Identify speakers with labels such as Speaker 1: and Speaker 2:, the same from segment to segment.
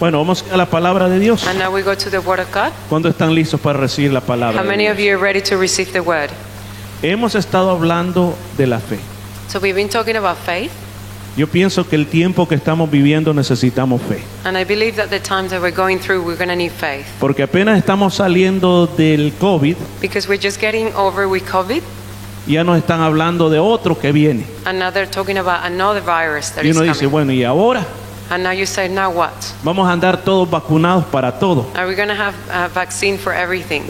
Speaker 1: Bueno, vamos a la palabra de Dios.
Speaker 2: And now we go to the Word of God.
Speaker 1: ¿Cuándo están listos para recibir la palabra?
Speaker 2: How
Speaker 1: de
Speaker 2: many
Speaker 1: Dios?
Speaker 2: of you are ready to receive the Word?
Speaker 1: Hemos estado hablando de la fe.
Speaker 2: So we've been talking about faith,
Speaker 1: Yo pienso que el tiempo que estamos viviendo necesitamos fe,
Speaker 2: and I believe that the times that we're going through, we're going to need faith.
Speaker 1: porque apenas estamos saliendo del COVID,
Speaker 2: Because we're just getting over with COVID,
Speaker 1: ya nos están hablando de otro que viene.
Speaker 2: and now they're talking about another virus that
Speaker 1: Y
Speaker 2: is
Speaker 1: uno dice,
Speaker 2: coming.
Speaker 1: bueno, ¿y ahora?
Speaker 2: And now you say, now what?
Speaker 1: Vamos a andar todos vacunados para todo.
Speaker 2: Are we going to have a vaccine for everything?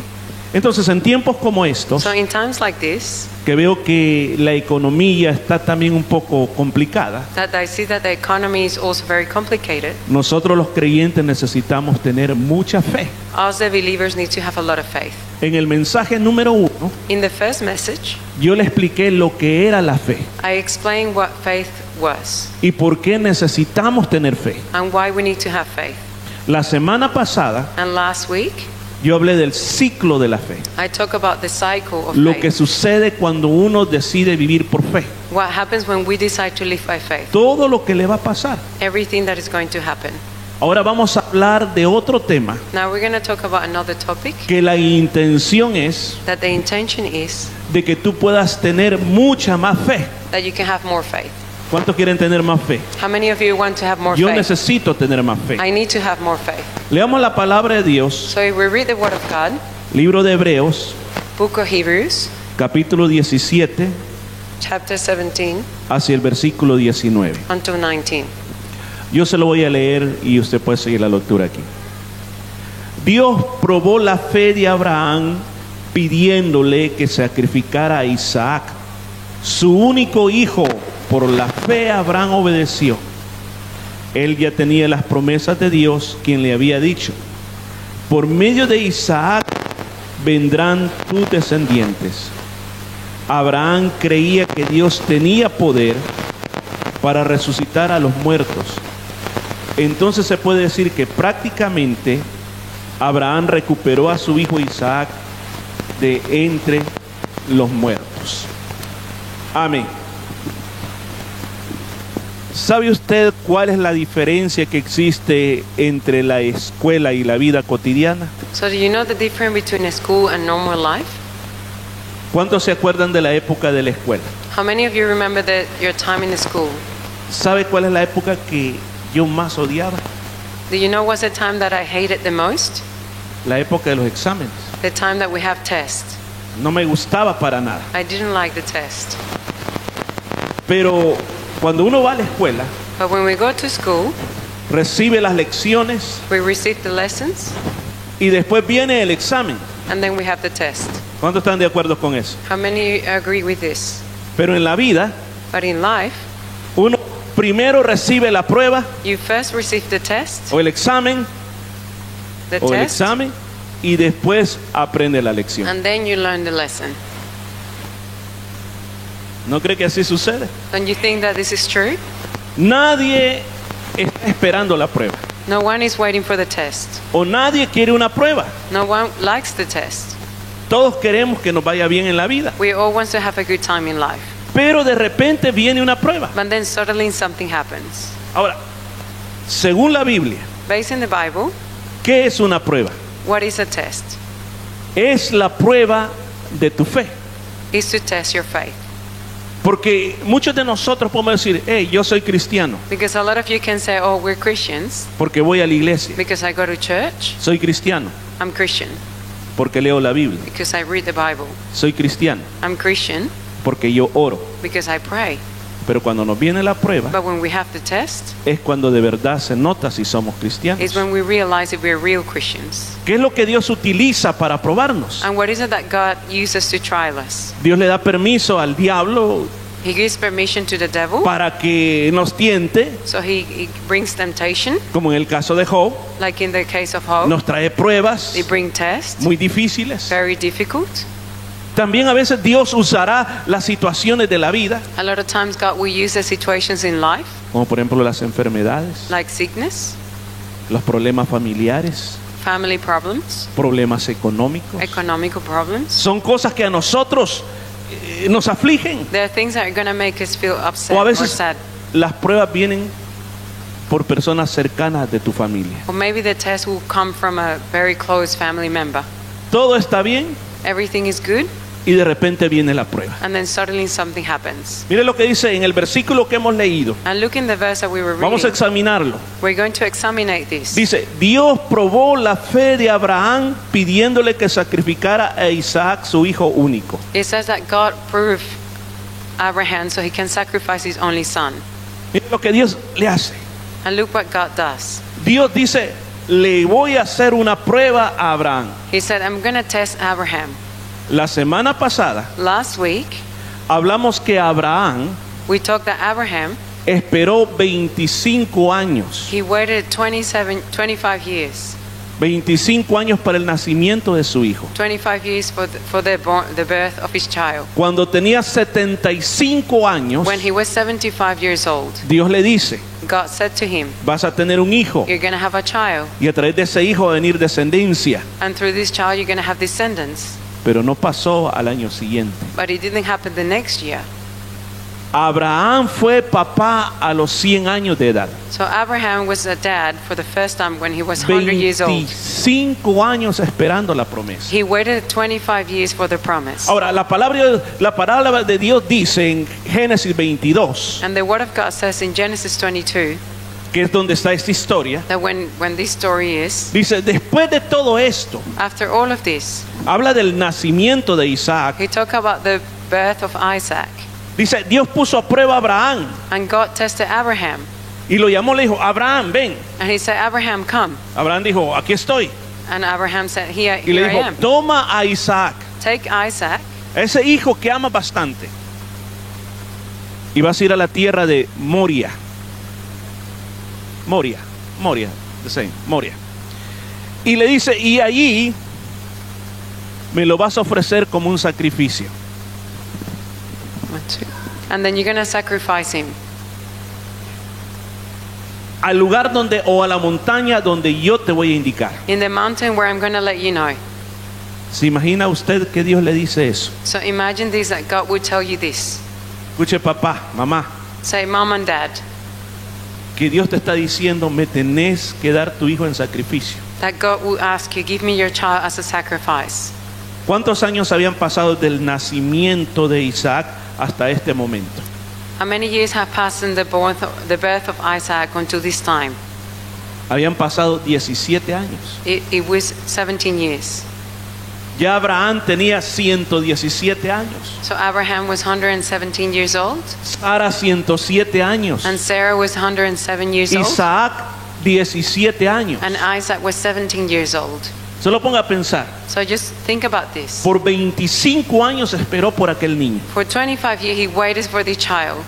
Speaker 1: Entonces, en tiempos como estos,
Speaker 2: So in times like this,
Speaker 1: que veo que la economía está también un poco complicada,
Speaker 2: that I see that the economy is also very complicated,
Speaker 1: nosotros los creyentes necesitamos tener mucha fe.
Speaker 2: us the believers need to have a lot of faith.
Speaker 1: En el mensaje número uno,
Speaker 2: In the first message,
Speaker 1: yo le expliqué lo que era la fe
Speaker 2: I explained what faith was
Speaker 1: y por qué necesitamos tener fe.
Speaker 2: and why we need to have faith.
Speaker 1: La semana pasada
Speaker 2: And last week,
Speaker 1: yo hablé del ciclo de la fe,
Speaker 2: I talk about the cycle of
Speaker 1: lo que
Speaker 2: faith.
Speaker 1: sucede cuando uno decide vivir por fe,
Speaker 2: What happens when we decide to live by faith?
Speaker 1: todo lo que le va a pasar.
Speaker 2: Everything that is going to happen.
Speaker 1: Ahora vamos a hablar de otro tema
Speaker 2: Now we're going to talk about another topic
Speaker 1: que la intención es
Speaker 2: that the intention is
Speaker 1: de que tú puedas tener mucha más fe.
Speaker 2: that you can have more faith.
Speaker 1: ¿Cuántos quieren tener más fe?
Speaker 2: How many of you want to have more
Speaker 1: Yo
Speaker 2: faith?
Speaker 1: necesito tener más fe.
Speaker 2: I need to have more faith.
Speaker 1: Leamos la palabra de Dios,
Speaker 2: So if we read the Word of God,
Speaker 1: libro de Hebreos,
Speaker 2: Book of Hebrews,
Speaker 1: capítulo 17,
Speaker 2: chapter 17
Speaker 1: hacia el versículo 19.
Speaker 2: until 19.
Speaker 1: Yo se lo voy a leer y usted puede seguir la lectura aquí. Dios probó la fe de Abraham pidiéndole que sacrificara a Isaac, su único hijo. Por la fe Abraham obedeció. Él ya tenía las promesas de Dios, quien le había dicho, por medio de Isaac vendrán tus descendientes. Abraham creía que Dios tenía poder para resucitar a los muertos. Entonces se puede decir que prácticamente Abraham recuperó a su hijo Isaac de entre los muertos. Amén. ¿Sabe usted cuál es la diferencia que existe entre la escuela y la vida cotidiana?
Speaker 2: So do you know the difference between a school and normal life?
Speaker 1: ¿Cuántos se acuerdan de la época de la escuela?
Speaker 2: How many of you remember the, your time in the school?
Speaker 1: ¿Sabe cuál es la época que yo más odiaba?
Speaker 2: Do you know what's the time that I hated the most?
Speaker 1: La época de los exámenes.
Speaker 2: The time that we have tests.
Speaker 1: No me gustaba para nada.
Speaker 2: I didn't like the test.
Speaker 1: Pero cuando uno va a la escuela,
Speaker 2: But when we go to school,
Speaker 1: recibe las lecciones
Speaker 2: we receive the lessons
Speaker 1: y después viene el examen.
Speaker 2: and then we have the test.
Speaker 1: ¿Cuántos están de acuerdo con eso?
Speaker 2: How many agree with this?
Speaker 1: Pero en la vida,
Speaker 2: But in life,
Speaker 1: uno primero recibe la prueba
Speaker 2: you first receive the test,
Speaker 1: o el examen
Speaker 2: the
Speaker 1: o el
Speaker 2: test,
Speaker 1: examen y después aprende la lección.
Speaker 2: and then you learn the lesson.
Speaker 1: ¿No cree que así sucede?
Speaker 2: Don't you think that this is true?
Speaker 1: Nadie está esperando la prueba
Speaker 2: No one is waiting for the test.
Speaker 1: o nadie quiere una prueba.
Speaker 2: No one likes the test.
Speaker 1: Todos queremos que nos vaya bien en la vida,
Speaker 2: We all want to have a good time in life.
Speaker 1: pero de repente viene una prueba.
Speaker 2: But then suddenly something happens.
Speaker 1: Ahora, según la Biblia,
Speaker 2: Based in the Bible,
Speaker 1: ¿qué es una prueba?
Speaker 2: what is a test?
Speaker 1: es la prueba de tu fe.
Speaker 2: It's to test your faith.
Speaker 1: Porque muchos de nosotros podemos decir, hey, yo soy cristiano
Speaker 2: Because a lot of you can say, oh, we're Christians
Speaker 1: porque voy a la iglesia.
Speaker 2: because I go to church.
Speaker 1: Soy cristiano
Speaker 2: I'm Christian
Speaker 1: porque leo la Biblia.
Speaker 2: because I read the Bible.
Speaker 1: Soy cristiano
Speaker 2: I'm Christian
Speaker 1: porque yo oro.
Speaker 2: because I pray.
Speaker 1: Pero cuando nos viene la prueba
Speaker 2: But when we have the test,
Speaker 1: es cuando de verdad se nota si somos cristianos.
Speaker 2: it's when we realize that we're real Christians.
Speaker 1: ¿Qué es lo que Dios utiliza para probarnos?
Speaker 2: And what is it that God uses to trial us?
Speaker 1: Dios le da permiso al diablo
Speaker 2: He gives permission to the devil,
Speaker 1: para que nos tiente,
Speaker 2: so he, he brings temptation,
Speaker 1: como en el caso de Job,
Speaker 2: like in the case of Hope.
Speaker 1: nos trae pruebas
Speaker 2: They bring tests,
Speaker 1: muy difíciles.
Speaker 2: very difficult.
Speaker 1: También a veces Dios usará las situaciones de la vida
Speaker 2: A lot of times God will use the situations in life,
Speaker 1: como por ejemplo las enfermedades,
Speaker 2: like sickness,
Speaker 1: los problemas familiares,
Speaker 2: family problems,
Speaker 1: problemas económicos.
Speaker 2: economical problems.
Speaker 1: Son cosas que a nosotros eh, nos afligen
Speaker 2: There are things that are going to make us feel upset
Speaker 1: o a
Speaker 2: or
Speaker 1: veces
Speaker 2: sad.
Speaker 1: las pruebas vienen por personas cercanas de tu familia.
Speaker 2: Or maybe the test will come from a very close family member.
Speaker 1: Todo está bien
Speaker 2: Everything is good,
Speaker 1: y de repente viene la prueba.
Speaker 2: and then suddenly something happens.
Speaker 1: Mire lo que dice en el versículo que hemos leído.
Speaker 2: And look in the verse that we were
Speaker 1: Vamos a
Speaker 2: reading.
Speaker 1: examinarlo.
Speaker 2: We're going to examine this.
Speaker 1: Dice, Dios probó la fe de Abraham pidiéndole que sacrificara a Isaac, su hijo único.
Speaker 2: It says that God proved Abraham so he can sacrifice his only son.
Speaker 1: Mire lo que Dios le hace.
Speaker 2: And look what God does.
Speaker 1: Dios dice, le voy a hacer una prueba a Abraham.
Speaker 2: He said, I'm going to test Abraham.
Speaker 1: La semana pasada
Speaker 2: Last week,
Speaker 1: hablamos que Abraham
Speaker 2: we talked that Abraham,
Speaker 1: esperó 25 años,
Speaker 2: he waited 27, 25 years.
Speaker 1: 25 años para el nacimiento de su hijo.
Speaker 2: 25 years for the, for the, born, the birth of his child.
Speaker 1: Cuando tenía 75 años,
Speaker 2: When he was 75 years old,
Speaker 1: Dios le dice,
Speaker 2: God said to him,
Speaker 1: vas a tener un hijo
Speaker 2: You're going to have a child,
Speaker 1: y a través de ese hijo va a venir descendencia.
Speaker 2: and through this child, you're going to have descendants.
Speaker 1: Pero no pasó al año siguiente.
Speaker 2: But it didn't happen the next year.
Speaker 1: Abraham fue papá a los 100 años de edad.
Speaker 2: So Abraham was a dad for the first time when he was 100 years old.
Speaker 1: 25 años esperando la promesa.
Speaker 2: He waited 25 years for the promise.
Speaker 1: Ahora, la palabra, la palabra de Dios dice en Génesis 22,
Speaker 2: And the Word of God says in Genesis 22
Speaker 1: que es donde está esta historia,
Speaker 2: that when, when this story is,
Speaker 1: dice, después de todo esto,
Speaker 2: after all of this,
Speaker 1: habla del nacimiento de Isaac,
Speaker 2: he talked about the birth of Isaac.
Speaker 1: dice, Dios puso a prueba a Abraham
Speaker 2: And God tested Abraham.
Speaker 1: y lo llamó, le dijo, Abraham, ven.
Speaker 2: And he said, Abraham, come.
Speaker 1: Abraham dijo, aquí estoy.
Speaker 2: And Abraham said, Here,
Speaker 1: Y
Speaker 2: here
Speaker 1: le
Speaker 2: I
Speaker 1: dijo,
Speaker 2: am.
Speaker 1: toma a Isaac,
Speaker 2: Take Isaac,
Speaker 1: ese hijo que amas bastante, y vas a ir a la tierra de Moria. Moria, Moria, the same, Moria. Y le dice, y allí me lo vas a ofrecer como un sacrificio.
Speaker 2: One, two. and then you're going to sacrifice him
Speaker 1: Al lugar donde, o a la montaña donde yo te voy a indicar.
Speaker 2: in the mountain where I'm going to let you know.
Speaker 1: ¿Se imagina usted que Dios le dice eso?
Speaker 2: So imagine this that God will tell you this.
Speaker 1: Escuche papá, mamá,
Speaker 2: Say, Mom and Dad,
Speaker 1: que Dios te está diciendo, me tenés que dar tu hijo en sacrificio.
Speaker 2: that God will ask you, Give me your child as a sacrifice.
Speaker 1: ¿Cuántos años habían pasado del nacimiento de Isaac hasta este momento?
Speaker 2: How many years have passed since the birth, the birth of Isaac until this time?
Speaker 1: Habían pasado 17 años.
Speaker 2: It, it was 17 years.
Speaker 1: Ya Abraham tenía 117 años.
Speaker 2: So Abraham was 117 years old,
Speaker 1: Sara 107 años.
Speaker 2: and Sarah was 107 years old,
Speaker 1: Isaac 17 años.
Speaker 2: and Isaac was 17 years old.
Speaker 1: Solo ponga a pensar.
Speaker 2: So just think about this.
Speaker 1: Por 25 años esperó por aquel niño.
Speaker 2: For 25 years, he waited for the child.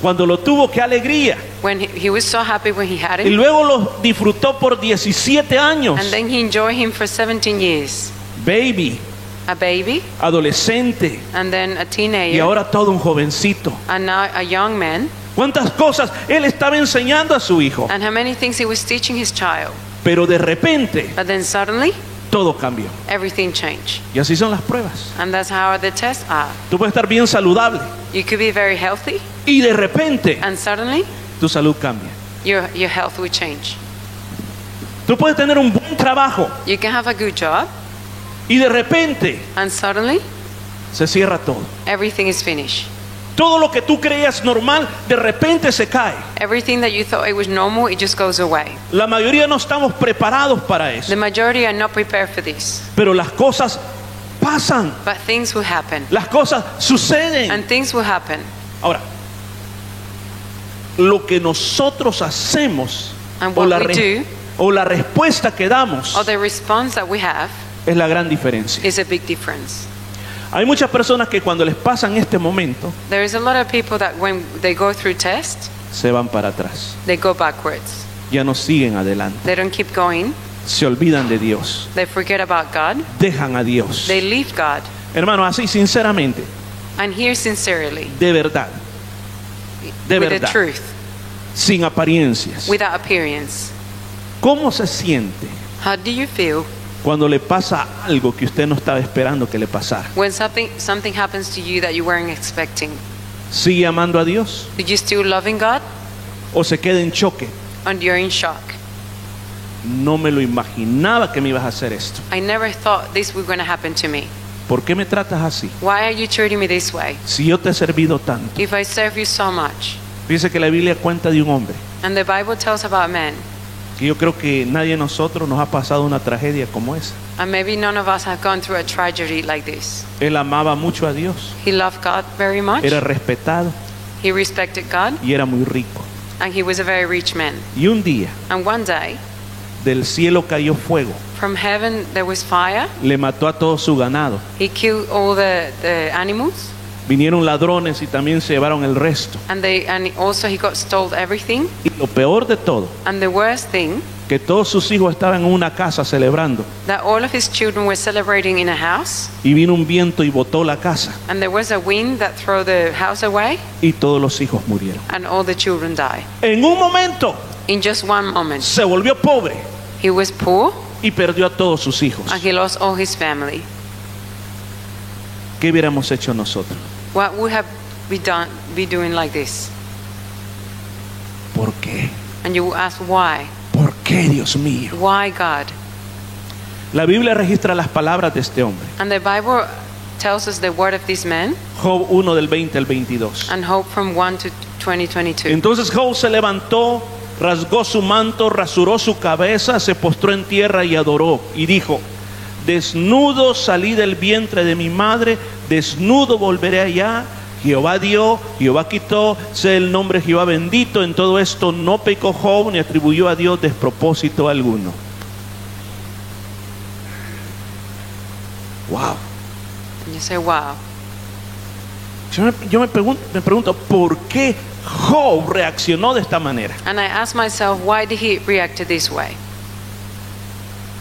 Speaker 1: Cuando lo tuvo, qué alegría.
Speaker 2: When he, he was so happy when he had
Speaker 1: Y
Speaker 2: him,
Speaker 1: luego lo disfrutó por 17 años.
Speaker 2: and then he enjoyed him for 17 years.
Speaker 1: Baby,
Speaker 2: A baby,
Speaker 1: adolescente
Speaker 2: and then a teenager,
Speaker 1: y ahora todo un jovencito.
Speaker 2: and now a young man.
Speaker 1: Cuántas cosas él estaba enseñando a su hijo,
Speaker 2: And how many things he was teaching his child.
Speaker 1: pero de repente
Speaker 2: But then suddenly,
Speaker 1: todo cambió.
Speaker 2: everything changed.
Speaker 1: Y así son las pruebas.
Speaker 2: And that's how the tests are.
Speaker 1: Tú puedes estar bien saludable
Speaker 2: You could be very healthy,
Speaker 1: y de repente
Speaker 2: and suddenly,
Speaker 1: tu salud cambia.
Speaker 2: your, your health will change.
Speaker 1: Tú puedes tener un buen trabajo
Speaker 2: You can have a good job,
Speaker 1: y de repente
Speaker 2: and suddenly,
Speaker 1: se cierra todo.
Speaker 2: everything is finished.
Speaker 1: Todo lo que tú creías normal de repente se cae.
Speaker 2: Everything that you thought it was normal, it just goes away.
Speaker 1: La mayoría no estamos preparados para
Speaker 2: The
Speaker 1: eso,
Speaker 2: majority are not prepared for this,
Speaker 1: pero las cosas pasan,
Speaker 2: but things will happen.
Speaker 1: las cosas suceden.
Speaker 2: And things will happen.
Speaker 1: Ahora, lo que nosotros hacemos
Speaker 2: And
Speaker 1: o
Speaker 2: what
Speaker 1: la,
Speaker 2: we
Speaker 1: re- o la respuesta que damos
Speaker 2: Or the response that we have
Speaker 1: es la gran diferencia.
Speaker 2: is a big difference.
Speaker 1: Hay muchas personas que cuando les pasan este momento
Speaker 2: There is a lot of people that when they go through tests,
Speaker 1: se van para atrás,
Speaker 2: they go backwards.
Speaker 1: ya no siguen adelante,
Speaker 2: They don't keep going.
Speaker 1: se olvidan de Dios,
Speaker 2: They forget about God.
Speaker 1: dejan a Dios.
Speaker 2: They leave God.
Speaker 1: Hermano, así sinceramente,
Speaker 2: And here sincerely,
Speaker 1: de verdad, de
Speaker 2: with the
Speaker 1: verdad,
Speaker 2: truth,
Speaker 1: sin apariencias.
Speaker 2: without appearance.
Speaker 1: ¿Cómo se siente
Speaker 2: How do you feel
Speaker 1: cuando le pasa algo que usted no estaba esperando que le pasara?
Speaker 2: when something something happens to you that you weren't expecting?
Speaker 1: ¿Sigue amando a Dios
Speaker 2: Are you still loving God
Speaker 1: o se queda en choque?
Speaker 2: enduring shock.
Speaker 1: No me lo imaginaba que me ibas a hacer esto.
Speaker 2: I never thought this was going to happen to me.
Speaker 1: ¿Por qué me tratas así?
Speaker 2: Why are you treating me this way?
Speaker 1: Si yo te he servido tanto.
Speaker 2: If I serve you so much.
Speaker 1: Dice que la Biblia cuenta de un hombre.
Speaker 2: And the Bible tells about men,
Speaker 1: que yo creo que nadie de nosotros nos ha pasado una tragedia como esa.
Speaker 2: and maybe none of us have gone through a tragedy like this.
Speaker 1: Él amaba mucho a Dios.
Speaker 2: He loved God very much.
Speaker 1: Era respetado
Speaker 2: He respected God,
Speaker 1: y era muy rico.
Speaker 2: and he was a very rich man.
Speaker 1: Y un día
Speaker 2: And one day,
Speaker 1: del cielo cayó fuego.
Speaker 2: from heaven there was fire.
Speaker 1: Le mató a todo su ganado.
Speaker 2: He killed all the, the animals,
Speaker 1: Vinieron ladrones y también se llevaron el resto.
Speaker 2: and they and also he got stole everything.
Speaker 1: Y lo peor de todo,
Speaker 2: And the worst thing,
Speaker 1: que todos sus hijos estaban en una casa celebrando.
Speaker 2: that all of his children were celebrating in a house,
Speaker 1: Y vino un viento y botó la casa.
Speaker 2: and there was a wind that threw the house away,
Speaker 1: Y todos los hijos murieron.
Speaker 2: and all the children died.
Speaker 1: En un momento
Speaker 2: In just one moment,
Speaker 1: se volvió pobre
Speaker 2: he was poor,
Speaker 1: y perdió a todos sus hijos.
Speaker 2: and he lost all his family.
Speaker 1: ¿Qué hubiéramos hecho nosotros?
Speaker 2: What would have we done be doing like this?
Speaker 1: ¿Por qué?
Speaker 2: And you will ask why?
Speaker 1: ¿Por qué, Dios mío?
Speaker 2: Why God?
Speaker 1: La Biblia registra las palabras de este hombre.
Speaker 2: And the Bible tells us the word of this man
Speaker 1: Job 1 del 20 al 22.
Speaker 2: and hope from 1 to 2022.
Speaker 1: Entonces Job se levantó, rasgó su manto, rasuró su cabeza, se postró en tierra y adoró. Y dijo, desnudo salí del vientre de mi madre, desnudo volveré allá. Jehová dio, Jehová quitó, sea el nombre de Jehová bendito. En todo esto no pecó Job ni atribuyó a Dios despropósito alguno. Wow.
Speaker 2: And you say, wow.
Speaker 1: Yo me, yo me pregun- me pregunto, ¿por qué Job reaccionó de esta manera?
Speaker 2: And I ask myself, why did he react this way?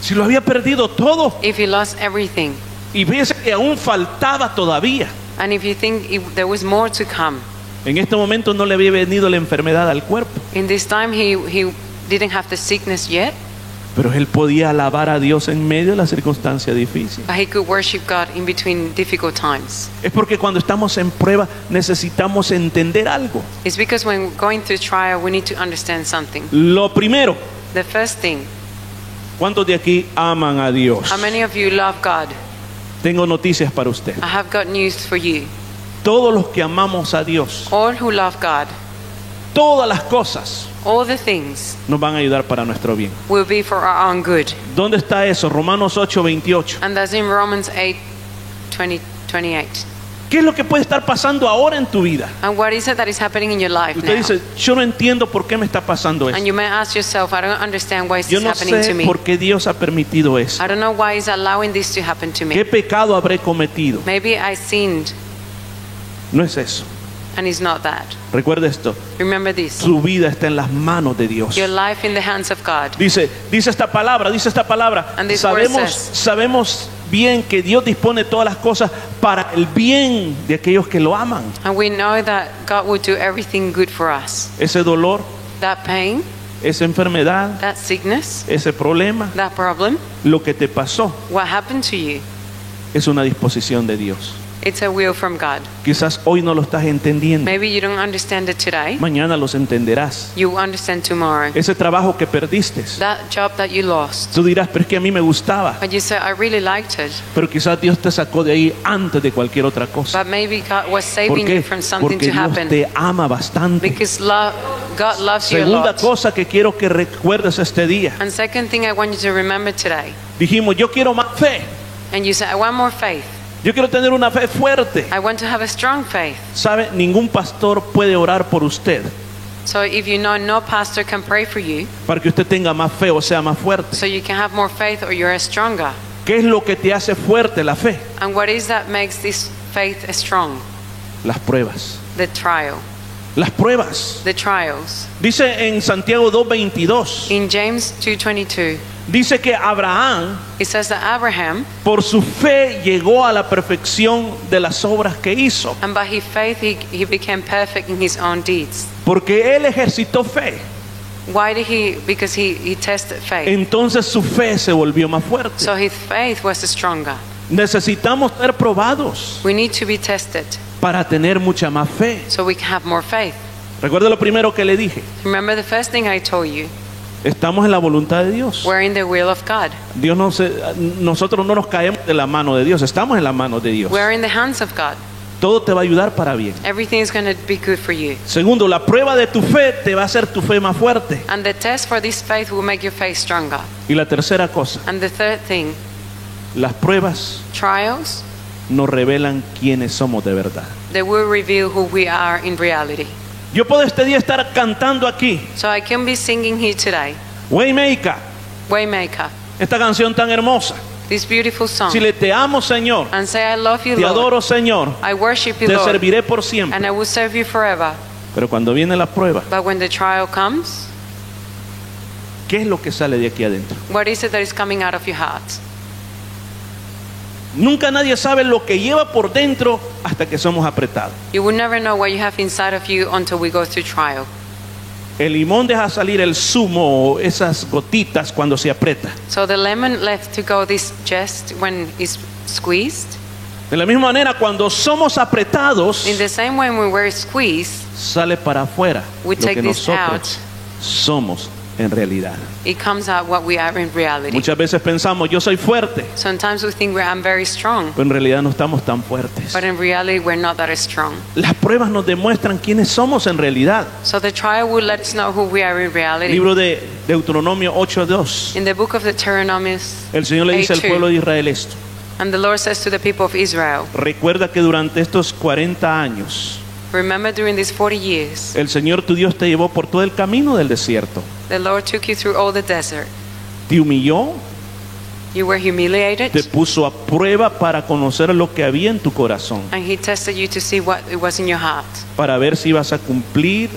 Speaker 1: Si lo había perdido todo
Speaker 2: If he lost everything,
Speaker 1: y piensa que aún faltaba todavía.
Speaker 2: and if you think it, there was more to come,
Speaker 1: En este momento no le había venido la enfermedad al cuerpo,
Speaker 2: in this time he, he didn't have the sickness yet,
Speaker 1: pero él podía alabar a Dios en medio de la circunstancia difícil.
Speaker 2: but he could worship God in between difficult times.
Speaker 1: Es porque cuando estamos en prueba necesitamos entender algo.
Speaker 2: It's because when going through trial, we need to understand something.
Speaker 1: Lo primero,
Speaker 2: The first thing,
Speaker 1: ¿cuántos de aquí aman a Dios?
Speaker 2: how many of you love God?
Speaker 1: Tengo noticias para usted.
Speaker 2: I have got news for you.
Speaker 1: Todos los que amamos a Dios,
Speaker 2: All who love God,
Speaker 1: todas las cosas
Speaker 2: all the things
Speaker 1: nos van a ayudar para nuestro bien.
Speaker 2: will be for our own good.
Speaker 1: ¿Dónde está eso? Romanos 8, 28.
Speaker 2: And that's in Romans 8 20, 28.
Speaker 1: ¿Qué es lo que puede estar pasando ahora en tu vida?
Speaker 2: And what is it that is happening in your life
Speaker 1: Usted
Speaker 2: now?
Speaker 1: dice, yo no entiendo por qué me está pasando esto.
Speaker 2: And you may ask yourself, I don't understand why is
Speaker 1: Yo
Speaker 2: this
Speaker 1: no
Speaker 2: happening to
Speaker 1: sé
Speaker 2: me.
Speaker 1: por qué Dios ha permitido eso.
Speaker 2: I don't know why is allowing this to happen to me.
Speaker 1: ¿Qué pecado habré cometido?
Speaker 2: Maybe I sinned,
Speaker 1: No es eso.
Speaker 2: and it's not that.
Speaker 1: Recuerda esto.
Speaker 2: Remember this.
Speaker 1: Su vida está en las manos de Dios.
Speaker 2: Your life in the hands of God.
Speaker 1: Dice, dice esta palabra, dice esta palabra.
Speaker 2: And this word
Speaker 1: Sabemos,
Speaker 2: says-
Speaker 1: sabemos bien que Dios dispone todas las cosas para el bien de aquellos que lo aman.
Speaker 2: And we know that God will do everything good for us.
Speaker 1: Ese dolor,
Speaker 2: That pain,
Speaker 1: esa enfermedad,
Speaker 2: that sickness,
Speaker 1: ese problema,
Speaker 2: that problem,
Speaker 1: lo que te pasó,
Speaker 2: what happened to you,
Speaker 1: es una disposición de Dios.
Speaker 2: it's a will from God.
Speaker 1: Quizás hoy no lo estás entendiendo.
Speaker 2: Maybe you don't understand it today.
Speaker 1: Mañana los entenderás.
Speaker 2: You will understand tomorrow.
Speaker 1: Ese trabajo que perdiste.
Speaker 2: That job that you lost,
Speaker 1: Tú dirás, pero es que a mí me gustaba.
Speaker 2: but you say, I really liked it.
Speaker 1: Pero quizás Dios te sacó de ahí antes de cualquier otra cosa.
Speaker 2: But maybe God was
Speaker 1: ¿Por
Speaker 2: saving you
Speaker 1: qué?
Speaker 2: from something
Speaker 1: Porque
Speaker 2: to
Speaker 1: Dios
Speaker 2: happen.
Speaker 1: te ama bastante.
Speaker 2: Because love, God loves you a
Speaker 1: Segunda
Speaker 2: lot.
Speaker 1: cosa que quiero que recuerdes este día.
Speaker 2: And second thing I want you to remember today,
Speaker 1: Dijimos, yo quiero más fe.
Speaker 2: and you say, I want more faith.
Speaker 1: Yo quiero tener una fe fuerte.
Speaker 2: I want to have a strong faith.
Speaker 1: ¿Sabe? Ningún pastor puede orar por usted
Speaker 2: So if you know no pastor can pray for you,
Speaker 1: para que usted tenga más fe o sea más fuerte.
Speaker 2: so you can have more faith or you're stronger.
Speaker 1: ¿Qué es lo que te hace fuerte la fe?
Speaker 2: And what is that makes this faith strong?
Speaker 1: Las pruebas.
Speaker 2: The trial,
Speaker 1: Las pruebas.
Speaker 2: the trials.
Speaker 1: Dice en Santiago 2.22,
Speaker 2: In James 2:22,
Speaker 1: dice que Abraham
Speaker 2: it says that Abraham,
Speaker 1: Por su fe llegó a la perfección de las obras que hizo,
Speaker 2: and by his faith he, he became perfect in his own deeds.
Speaker 1: porque él ejercitó fe.
Speaker 2: Why did he? Because he, he tested faith.
Speaker 1: Entonces su fe se volvió más fuerte.
Speaker 2: So his faith was stronger.
Speaker 1: Necesitamos ser probados
Speaker 2: We need to be tested
Speaker 1: para tener mucha más fe.
Speaker 2: so we can have more faith.
Speaker 1: Recuerda lo primero que le dije.
Speaker 2: Remember the first thing I told you?
Speaker 1: Estamos en la voluntad de Dios.
Speaker 2: We're in the will of God.
Speaker 1: Dios no se- nosotros no nos caemos de la mano de Dios, estamos en la mano de Dios.
Speaker 2: We're in the hands of God.
Speaker 1: Todo te va a ayudar para bien.
Speaker 2: Everything is going to be good for you.
Speaker 1: Segundo, la prueba de tu fe te va a hacer tu fe más fuerte.
Speaker 2: And the test for this faith will make your faith stronger.
Speaker 1: Y la tercera cosa,
Speaker 2: And the third thing,
Speaker 1: las pruebas
Speaker 2: trials,
Speaker 1: nos revelan quiénes somos de verdad.
Speaker 2: they will reveal who we are in reality.
Speaker 1: Yo puedo este día estar cantando aquí,
Speaker 2: So I can be singing here today,
Speaker 1: Waymaker,
Speaker 2: Waymaker,
Speaker 1: esta canción tan hermosa.
Speaker 2: this beautiful song,
Speaker 1: Si le te amo, Señor,
Speaker 2: and say, I love you,
Speaker 1: te
Speaker 2: Lord.
Speaker 1: adoro, Señor,
Speaker 2: I worship you,
Speaker 1: te
Speaker 2: Lord,
Speaker 1: serviré por siempre.
Speaker 2: and I will serve you forever.
Speaker 1: Pero cuando viene la prueba,
Speaker 2: But when the trial comes,
Speaker 1: ¿qué es lo que sale de aquí adentro?
Speaker 2: what is it that is coming out of your heart?
Speaker 1: Nunca nadie sabe lo que lleva por dentro hasta que somos apretados.
Speaker 2: You will never know what you have inside of you until we go through trial.
Speaker 1: El limón deja salir el zumo, esas gotitas cuando se aprieta.
Speaker 2: So the lemon left to go this just when it's squeezed.
Speaker 1: De la misma manera, cuando somos apretados,
Speaker 2: In the same way when we're squeezed,
Speaker 1: sale para afuera
Speaker 2: We
Speaker 1: lo
Speaker 2: take
Speaker 1: que
Speaker 2: this
Speaker 1: nosotros somos en realidad.
Speaker 2: it comes out what we are in reality.
Speaker 1: Muchas veces pensamos, yo soy fuerte,
Speaker 2: Sometimes we think we're, I'm very strong,
Speaker 1: pero en realidad no estamos tan fuertes.
Speaker 2: but in reality we're not that strong.
Speaker 1: Las pruebas nos demuestran quiénes somos en realidad.
Speaker 2: So the trial will let us know who we are in reality.
Speaker 1: Libro de Deuteronomio 8:2.
Speaker 2: In the book of Deuteronomy,
Speaker 1: El Señor le dice al
Speaker 2: 8:2,
Speaker 1: pueblo de Israel esto.
Speaker 2: and the Lord says to the people of Israel,
Speaker 1: Recuerda que durante estos 40 años
Speaker 2: remember during these 40 years,
Speaker 1: El Señor tu Dios te llevó por todo el camino del desierto.
Speaker 2: the Lord took you through all the desert.
Speaker 1: Te humilló,
Speaker 2: You were humiliated,
Speaker 1: te puso a prueba para conocer lo que había en tu corazón,
Speaker 2: and he tested you to see what it was in your heart,
Speaker 1: para ver si ibas a cumplir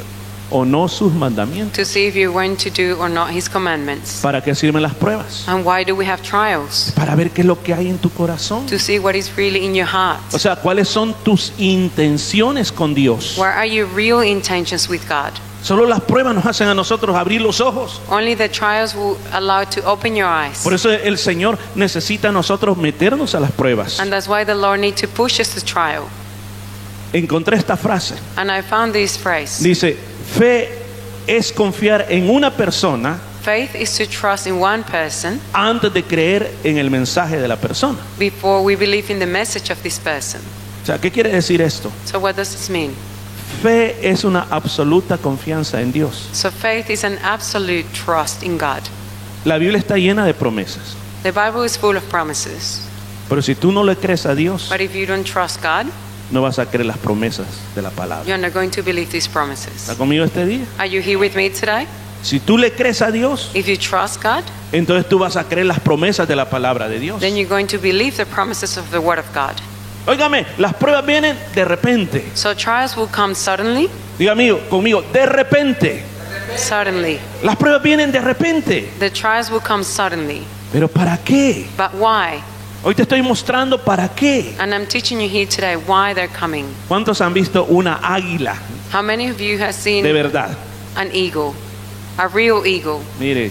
Speaker 1: o no sus mandamientos.
Speaker 2: to see if you went to do or not his commandments.
Speaker 1: ¿Para qué sirven las pruebas?
Speaker 2: And why do we have trials?
Speaker 1: Para ver qué es lo que hay en tu corazón.
Speaker 2: To see what is really in your
Speaker 1: O
Speaker 2: heart.
Speaker 1: sea, cuáles son tus intenciones con Dios.
Speaker 2: What are your real intentions with God?
Speaker 1: Solo las pruebas nos hacen a nosotros abrir los ojos.
Speaker 2: Only the trials will allow you to open your eyes.
Speaker 1: Por eso el Señor necesita a nosotros meternos a las pruebas.
Speaker 2: And that's why the Lord needs to push us to trial.
Speaker 1: Encontré esta frase.
Speaker 2: And I found this phrase
Speaker 1: Dice, fe es confiar en una persona
Speaker 2: faith is to trust in one person
Speaker 1: antes de creer en el mensaje de la persona.
Speaker 2: before we believe in the message of this person.
Speaker 1: O sea, ¿qué quiere decir esto?
Speaker 2: So, what does this mean?
Speaker 1: Fe es una absoluta confianza en Dios.
Speaker 2: So, faith is an absolute trust in God.
Speaker 1: La Biblia está llena de promesas,
Speaker 2: The Bible is full of promises,
Speaker 1: pero si tú no le crees a Dios,
Speaker 2: but if you don't trust God,
Speaker 1: no vas a creer las promesas de la palabra.
Speaker 2: you're not going to believe these
Speaker 1: ¿Está
Speaker 2: promises.
Speaker 1: conmigo este día?
Speaker 2: Are you here with me today?
Speaker 1: Si tú le crees a Dios,
Speaker 2: If you trust God,
Speaker 1: entonces tú vas a creer las promesas de la palabra de Dios.
Speaker 2: then you're going to believe the promises of the Word of God.
Speaker 1: Óigame, las pruebas vienen de repente.
Speaker 2: So, trials will come suddenly,
Speaker 1: Diga amigo, conmigo, de repente.
Speaker 2: suddenly.
Speaker 1: Las pruebas vienen de repente.
Speaker 2: The trials will come suddenly.
Speaker 1: ¿Pero para qué?
Speaker 2: But why?
Speaker 1: Hoy te estoy mostrando para qué.
Speaker 2: And I'm teaching you here today why they're coming.
Speaker 1: ¿Cuántos han visto una águila
Speaker 2: How many of you have seen
Speaker 1: de verdad?
Speaker 2: an eagle, a real eagle?
Speaker 1: Mire,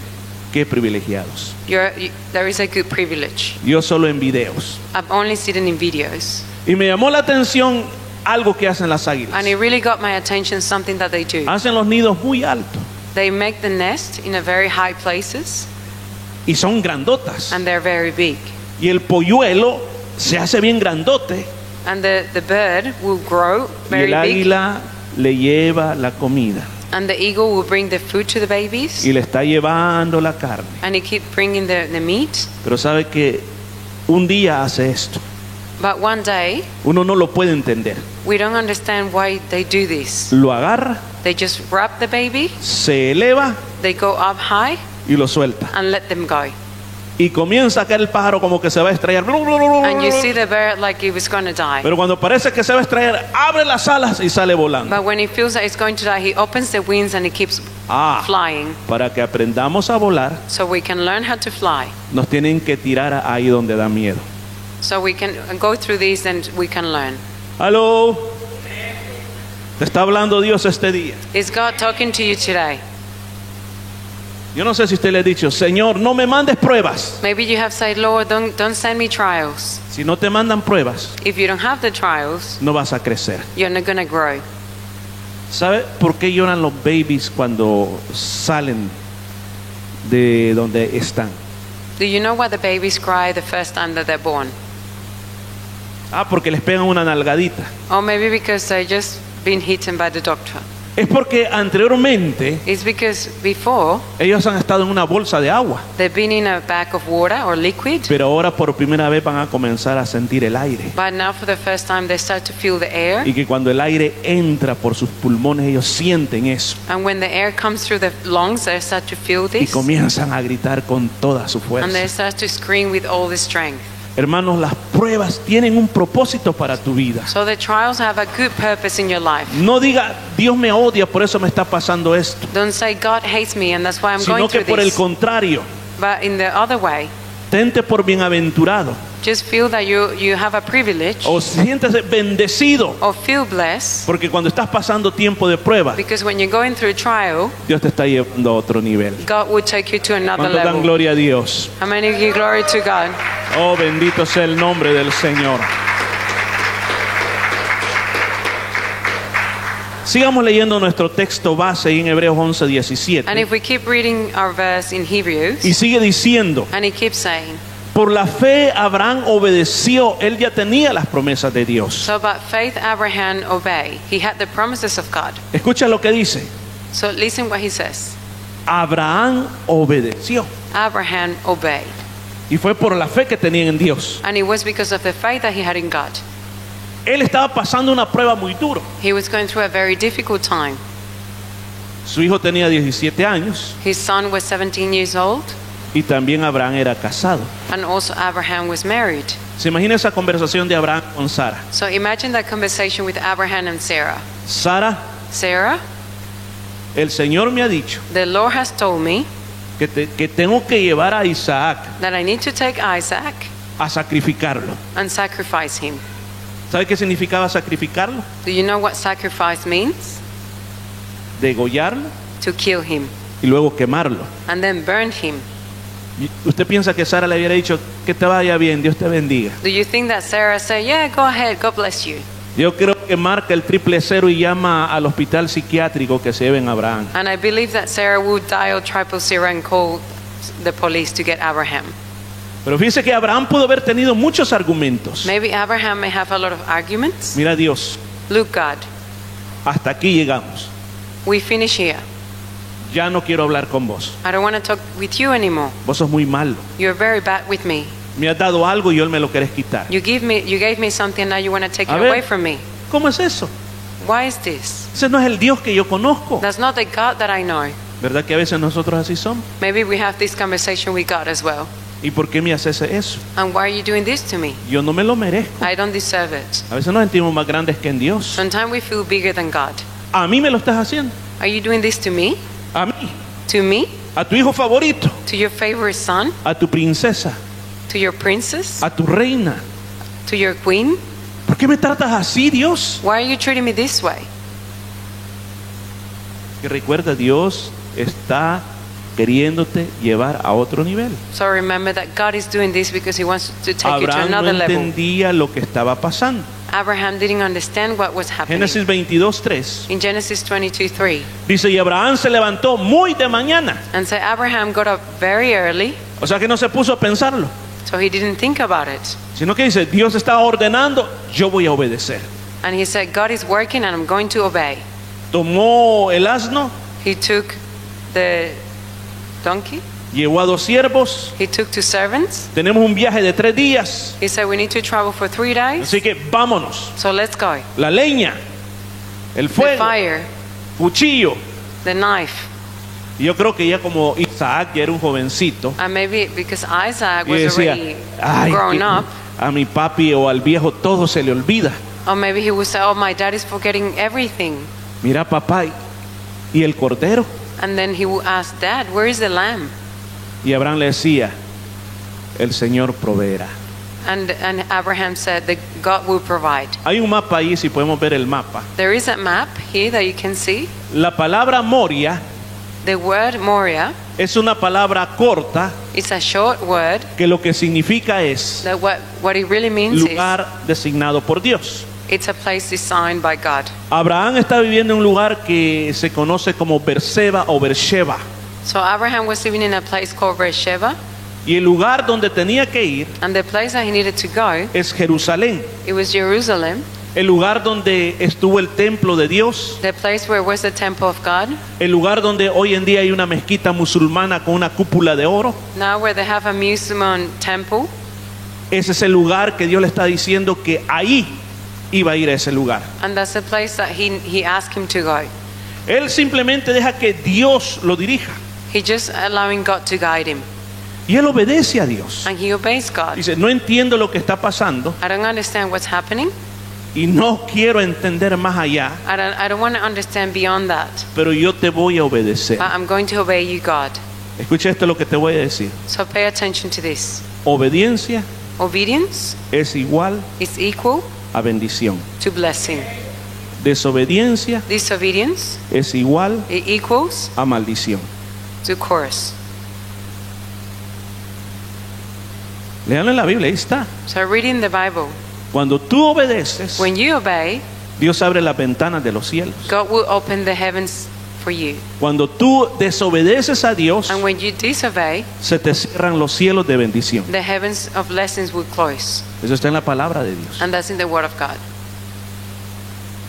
Speaker 1: qué privilegiados.
Speaker 2: You're, you, there is a good privilege.
Speaker 1: Yo solo en videos.
Speaker 2: I've only seen it in videos,
Speaker 1: Y me llamó la atención algo que hacen las águilas.
Speaker 2: and it really got my attention. Something that they do.
Speaker 1: Hacen los nidos muy altos
Speaker 2: They make the nest in a very high places,
Speaker 1: y son grandotas.
Speaker 2: and they're very big.
Speaker 1: Y el polluelo se hace bien grandote
Speaker 2: And the, the bird will grow
Speaker 1: y
Speaker 2: very
Speaker 1: el
Speaker 2: big,
Speaker 1: águila le lleva la comida
Speaker 2: and the eagle will bring the food to the babies,
Speaker 1: y le está llevando la carne.
Speaker 2: and it keep bringing the, the meat.
Speaker 1: Pero sabe que un día hace esto.
Speaker 2: But one day,
Speaker 1: Uno no lo puede entender.
Speaker 2: we don't understand why they do this.
Speaker 1: Lo agarra,
Speaker 2: They just wrap the baby,
Speaker 1: se eleva
Speaker 2: they go up high,
Speaker 1: y lo suelta.
Speaker 2: and let them go.
Speaker 1: Y comienza a caer el pájaro como que se va a estrellar. Blu, blu, blu, blu,
Speaker 2: And you
Speaker 1: blu.
Speaker 2: see the bird like it was going to die.
Speaker 1: Pero cuando parece que se va a extraer, abre las alas y sale volando.
Speaker 2: But when he feels that it's going to die, he opens the wings and he keeps
Speaker 1: Ah,
Speaker 2: flying.
Speaker 1: para que aprendamos a volar,
Speaker 2: So we can learn how to fly.
Speaker 1: nos tienen que tirar ahí donde da miedo.
Speaker 2: So we can go through these and we can learn.
Speaker 1: Aló. Te está hablando Dios este día.
Speaker 2: Is God talking to you today?
Speaker 1: Yo no sé si usted le ha dicho, Señor, no me mandes pruebas.
Speaker 2: Maybe you have said, Lord, don't, don't send me trials.
Speaker 1: Si no te mandan pruebas,
Speaker 2: If you don't have the trials,
Speaker 1: no vas a crecer.
Speaker 2: you're not going to grow.
Speaker 1: ¿Sabe por qué lloran los babies cuando salen de donde están?
Speaker 2: Do you know why the babies cry the first time that they're born?
Speaker 1: Ah, porque les pegan una nalgadita.
Speaker 2: Or maybe because they just been hit by the doctor.
Speaker 1: Es porque anteriormente
Speaker 2: It's because before
Speaker 1: ellos han estado en una bolsa de agua,
Speaker 2: they've been in a bag of water or liquid,
Speaker 1: pero ahora por primera vez van a comenzar a sentir el aire.
Speaker 2: but now for the first time they start to feel the air.
Speaker 1: Y que cuando el aire entra por sus pulmones ellos sienten eso
Speaker 2: And when the air comes through the lungs, they start to feel
Speaker 1: y
Speaker 2: this.
Speaker 1: comienzan a gritar con toda su
Speaker 2: And they
Speaker 1: fuerza.
Speaker 2: start to scream with all the strength.
Speaker 1: Hermanos, las pruebas tienen un propósito para tu vida.
Speaker 2: So the trials have a good purpose in your life.
Speaker 1: No diga, Dios me odia, por eso me está pasando esto,
Speaker 2: Don't say, God hates me and that's why I'm
Speaker 1: sino
Speaker 2: going
Speaker 1: que
Speaker 2: through
Speaker 1: por el
Speaker 2: this.
Speaker 1: contrario,
Speaker 2: But in the other way,
Speaker 1: tente por bienaventurado
Speaker 2: just feel that you, you have a privilege
Speaker 1: o siéntese bendecido,
Speaker 2: or feel blessed
Speaker 1: porque cuando estás pasando tiempo de prueba,
Speaker 2: because when you're going through trial,
Speaker 1: Dios te está llevando a otro nivel.
Speaker 2: God will take you to another
Speaker 1: ¿Cuánto dan
Speaker 2: level.
Speaker 1: gloria a Dios?
Speaker 2: How many give glory to God?
Speaker 1: Oh, bendito sea el nombre del Señor. Sigamos leyendo nuestro texto base ahí en Hebreos 11,
Speaker 2: And
Speaker 1: 17.
Speaker 2: if we keep reading our verse in Hebrews,
Speaker 1: Y sigue diciendo,
Speaker 2: and he keeps saying,
Speaker 1: por la fe Abraham obedeció, él ya tenía las promesas de Dios.
Speaker 2: So by faith Abraham obeyed. He had the promises of God.
Speaker 1: Escucha lo que dice,
Speaker 2: So listen what he says.
Speaker 1: Abraham obedeció.
Speaker 2: Abraham obeyed.
Speaker 1: Y fue por la fe que tenía en Dios.
Speaker 2: And it was because of the faith that he had in God.
Speaker 1: Él estaba pasando una prueba muy dura.
Speaker 2: He was going through a very difficult time.
Speaker 1: Su hijo tenía 17 años
Speaker 2: His son was 17 years old,
Speaker 1: y también Abraham era casado.
Speaker 2: and also Abraham was married.
Speaker 1: Se imagina esa conversación de Abraham con Sara.
Speaker 2: So imagine that conversation with Abraham and Sarah.
Speaker 1: Sara,
Speaker 2: Sarah,
Speaker 1: El Señor me ha dicho
Speaker 2: the Lord has told me
Speaker 1: que, te- que tengo que llevar a Isaac
Speaker 2: that I need to take Isaac
Speaker 1: a sacrificarlo.
Speaker 2: and sacrifice him.
Speaker 1: ¿Sabe qué significaba sacrificarlo?
Speaker 2: Do you know what sacrifice means?
Speaker 1: Degollarlo
Speaker 2: To kill him
Speaker 1: y luego quemarlo.
Speaker 2: and then burn him.
Speaker 1: Y usted piensa que Sara le hubiera dicho que te vaya bien, Dios te bendiga.
Speaker 2: Do you think that Sarah said, Yeah, go ahead, God bless you?
Speaker 1: Yo creo que marca el triple cero y llama al hospital psiquiátrico que se lleven a Abraham.
Speaker 2: And I believe that Sarah would dial triple zero and call the police to get Abraham.
Speaker 1: Pero fíjese que Abraham pudo haber tenido muchos argumentos.
Speaker 2: Maybe Abraham may have a lot of arguments.
Speaker 1: Mira Dios,
Speaker 2: Look, God,
Speaker 1: hasta aquí llegamos.
Speaker 2: we finish here.
Speaker 1: Ya no quiero hablar con vos.
Speaker 2: I don't want to talk with you anymore.
Speaker 1: Vos sos muy malo.
Speaker 2: You're very bad with me.
Speaker 1: Me has dado algo y hoy me lo querés quitar.
Speaker 2: You give me, you gave me something now you want to take
Speaker 1: A
Speaker 2: it
Speaker 1: ver.
Speaker 2: away from me.
Speaker 1: ¿Cómo es eso?
Speaker 2: Why is this?
Speaker 1: Ese no es el Dios que yo conozco.
Speaker 2: That's not the God that I know.
Speaker 1: ¿Verdad que a veces nosotros así somos?
Speaker 2: Maybe we have this conversation with God as well.
Speaker 1: ¿Y por qué me haces eso?
Speaker 2: And why are you doing this to me?
Speaker 1: Yo no me lo merezco.
Speaker 2: I don't deserve it.
Speaker 1: A veces nos sentimos más grandes que en Dios.
Speaker 2: Sometimes we feel bigger than God.
Speaker 1: A mí me lo estás haciendo.
Speaker 2: Are you doing this to me?
Speaker 1: A mí.
Speaker 2: To me?
Speaker 1: A tu hijo favorito.
Speaker 2: To your favorite son?
Speaker 1: A tu princesa.
Speaker 2: To your princess?
Speaker 1: A tu reina.
Speaker 2: To your queen?
Speaker 1: ¿Por qué me tratas así, Dios?
Speaker 2: Why are you treating me this way?
Speaker 1: Que recuerda, Dios está queriéndote llevar a otro nivel.
Speaker 2: So remember that God is doing this because He wants to take you to
Speaker 1: Abraham no
Speaker 2: another level.
Speaker 1: entendía lo que estaba pasando.
Speaker 2: Abraham didn't understand what was happening.
Speaker 1: Génesis 22.3
Speaker 2: In Genesis 22 3,
Speaker 1: dice, y Abraham se levantó muy de mañana.
Speaker 2: and so Abraham got up very early,
Speaker 1: O sea que no se puso a pensarlo.
Speaker 2: so he didn't think about it.
Speaker 1: sino que dice, Dios está ordenando, yo voy a obedecer.
Speaker 2: And he said, God is working and I'm going to obey.
Speaker 1: Tomó el asno,
Speaker 2: He took the donkey,
Speaker 1: llevó a dos siervos,
Speaker 2: he took two servants.
Speaker 1: tenemos un viaje de tres días,
Speaker 2: He said, We need to travel for three days,
Speaker 1: así que vámonos.
Speaker 2: so let's go.
Speaker 1: La leña, el
Speaker 2: The
Speaker 1: fuego,
Speaker 2: fire,
Speaker 1: cuchillo.
Speaker 2: the knife.
Speaker 1: Y yo creo que ya como Isaac ya era un jovencito,
Speaker 2: And maybe because Isaac
Speaker 1: y
Speaker 2: was
Speaker 1: decía,
Speaker 2: already
Speaker 1: ah. ay,
Speaker 2: grown
Speaker 1: que
Speaker 2: up,
Speaker 1: a mi papi o al viejo todo se le olvida.
Speaker 2: or maybe he would say, Oh, my dad is forgetting everything.
Speaker 1: Mira papá, y- y el cordero.
Speaker 2: And then he would ask, Dad, where is the lamb?
Speaker 1: Y Abraham le decía, el Señor proveerá.
Speaker 2: And, and Abraham said that God will provide.
Speaker 1: Hay un mapa ahí, si podemos ver el mapa.
Speaker 2: There is a map here that you can see.
Speaker 1: La palabra Moria
Speaker 2: The word Moria
Speaker 1: es una palabra corta
Speaker 2: is a short word
Speaker 1: que lo que significa es
Speaker 2: that what, what it really means
Speaker 1: lugar designado por Dios.
Speaker 2: is It's a place designed by God.
Speaker 1: Abraham está viviendo en un lugar que se conoce como Berseba o Bersheba.
Speaker 2: So Abraham was living in a place called Beersheba,
Speaker 1: Y el lugar donde tenía que ir
Speaker 2: and the place that he needed to go,
Speaker 1: es Jerusalén,
Speaker 2: it was Jerusalem,
Speaker 1: el lugar donde estuvo el templo de Dios,
Speaker 2: the place where was the temple of God,
Speaker 1: el lugar donde hoy en día hay una mezquita musulmana con una cúpula de oro.
Speaker 2: now where they have a Muslim temple.
Speaker 1: Ese es el lugar que Dios le está diciendo que ahí iba a ir a ese lugar.
Speaker 2: And that's the place that he, he asked him to go.
Speaker 1: Él simplemente deja que Dios lo dirija
Speaker 2: He just allowing God to guide him.
Speaker 1: y él obedece a Dios.
Speaker 2: And he obeys God.
Speaker 1: Dice, no entiendo lo que está pasando
Speaker 2: I don't understand what's happening.
Speaker 1: y no quiero entender más allá,
Speaker 2: I don't, I don't want to understand beyond that.
Speaker 1: pero yo te voy a obedecer.
Speaker 2: But I'm going to obey you, God.
Speaker 1: Escucha esto lo que te voy a decir.
Speaker 2: So pay attention to this.
Speaker 1: Obediencia
Speaker 2: Obedience
Speaker 1: es igual
Speaker 2: is equal
Speaker 1: a bendición.
Speaker 2: to blessing.
Speaker 1: Desobediencia
Speaker 2: Disobedience
Speaker 1: es igual
Speaker 2: it equals
Speaker 1: a maldición.
Speaker 2: to curse.
Speaker 1: Leanlo en la Biblia, ahí está.
Speaker 2: So reading the Bible,
Speaker 1: Cuando tú obedeces,
Speaker 2: when you obey,
Speaker 1: Dios abre las ventanas de los cielos.
Speaker 2: God will open the heavens for you.
Speaker 1: Cuando tú desobedeces a Dios,
Speaker 2: And when you disobey,
Speaker 1: se te cierran los cielos de bendición.
Speaker 2: the heavens of blessings will close.
Speaker 1: Eso está en la palabra de Dios.
Speaker 2: And that's in the Word of God.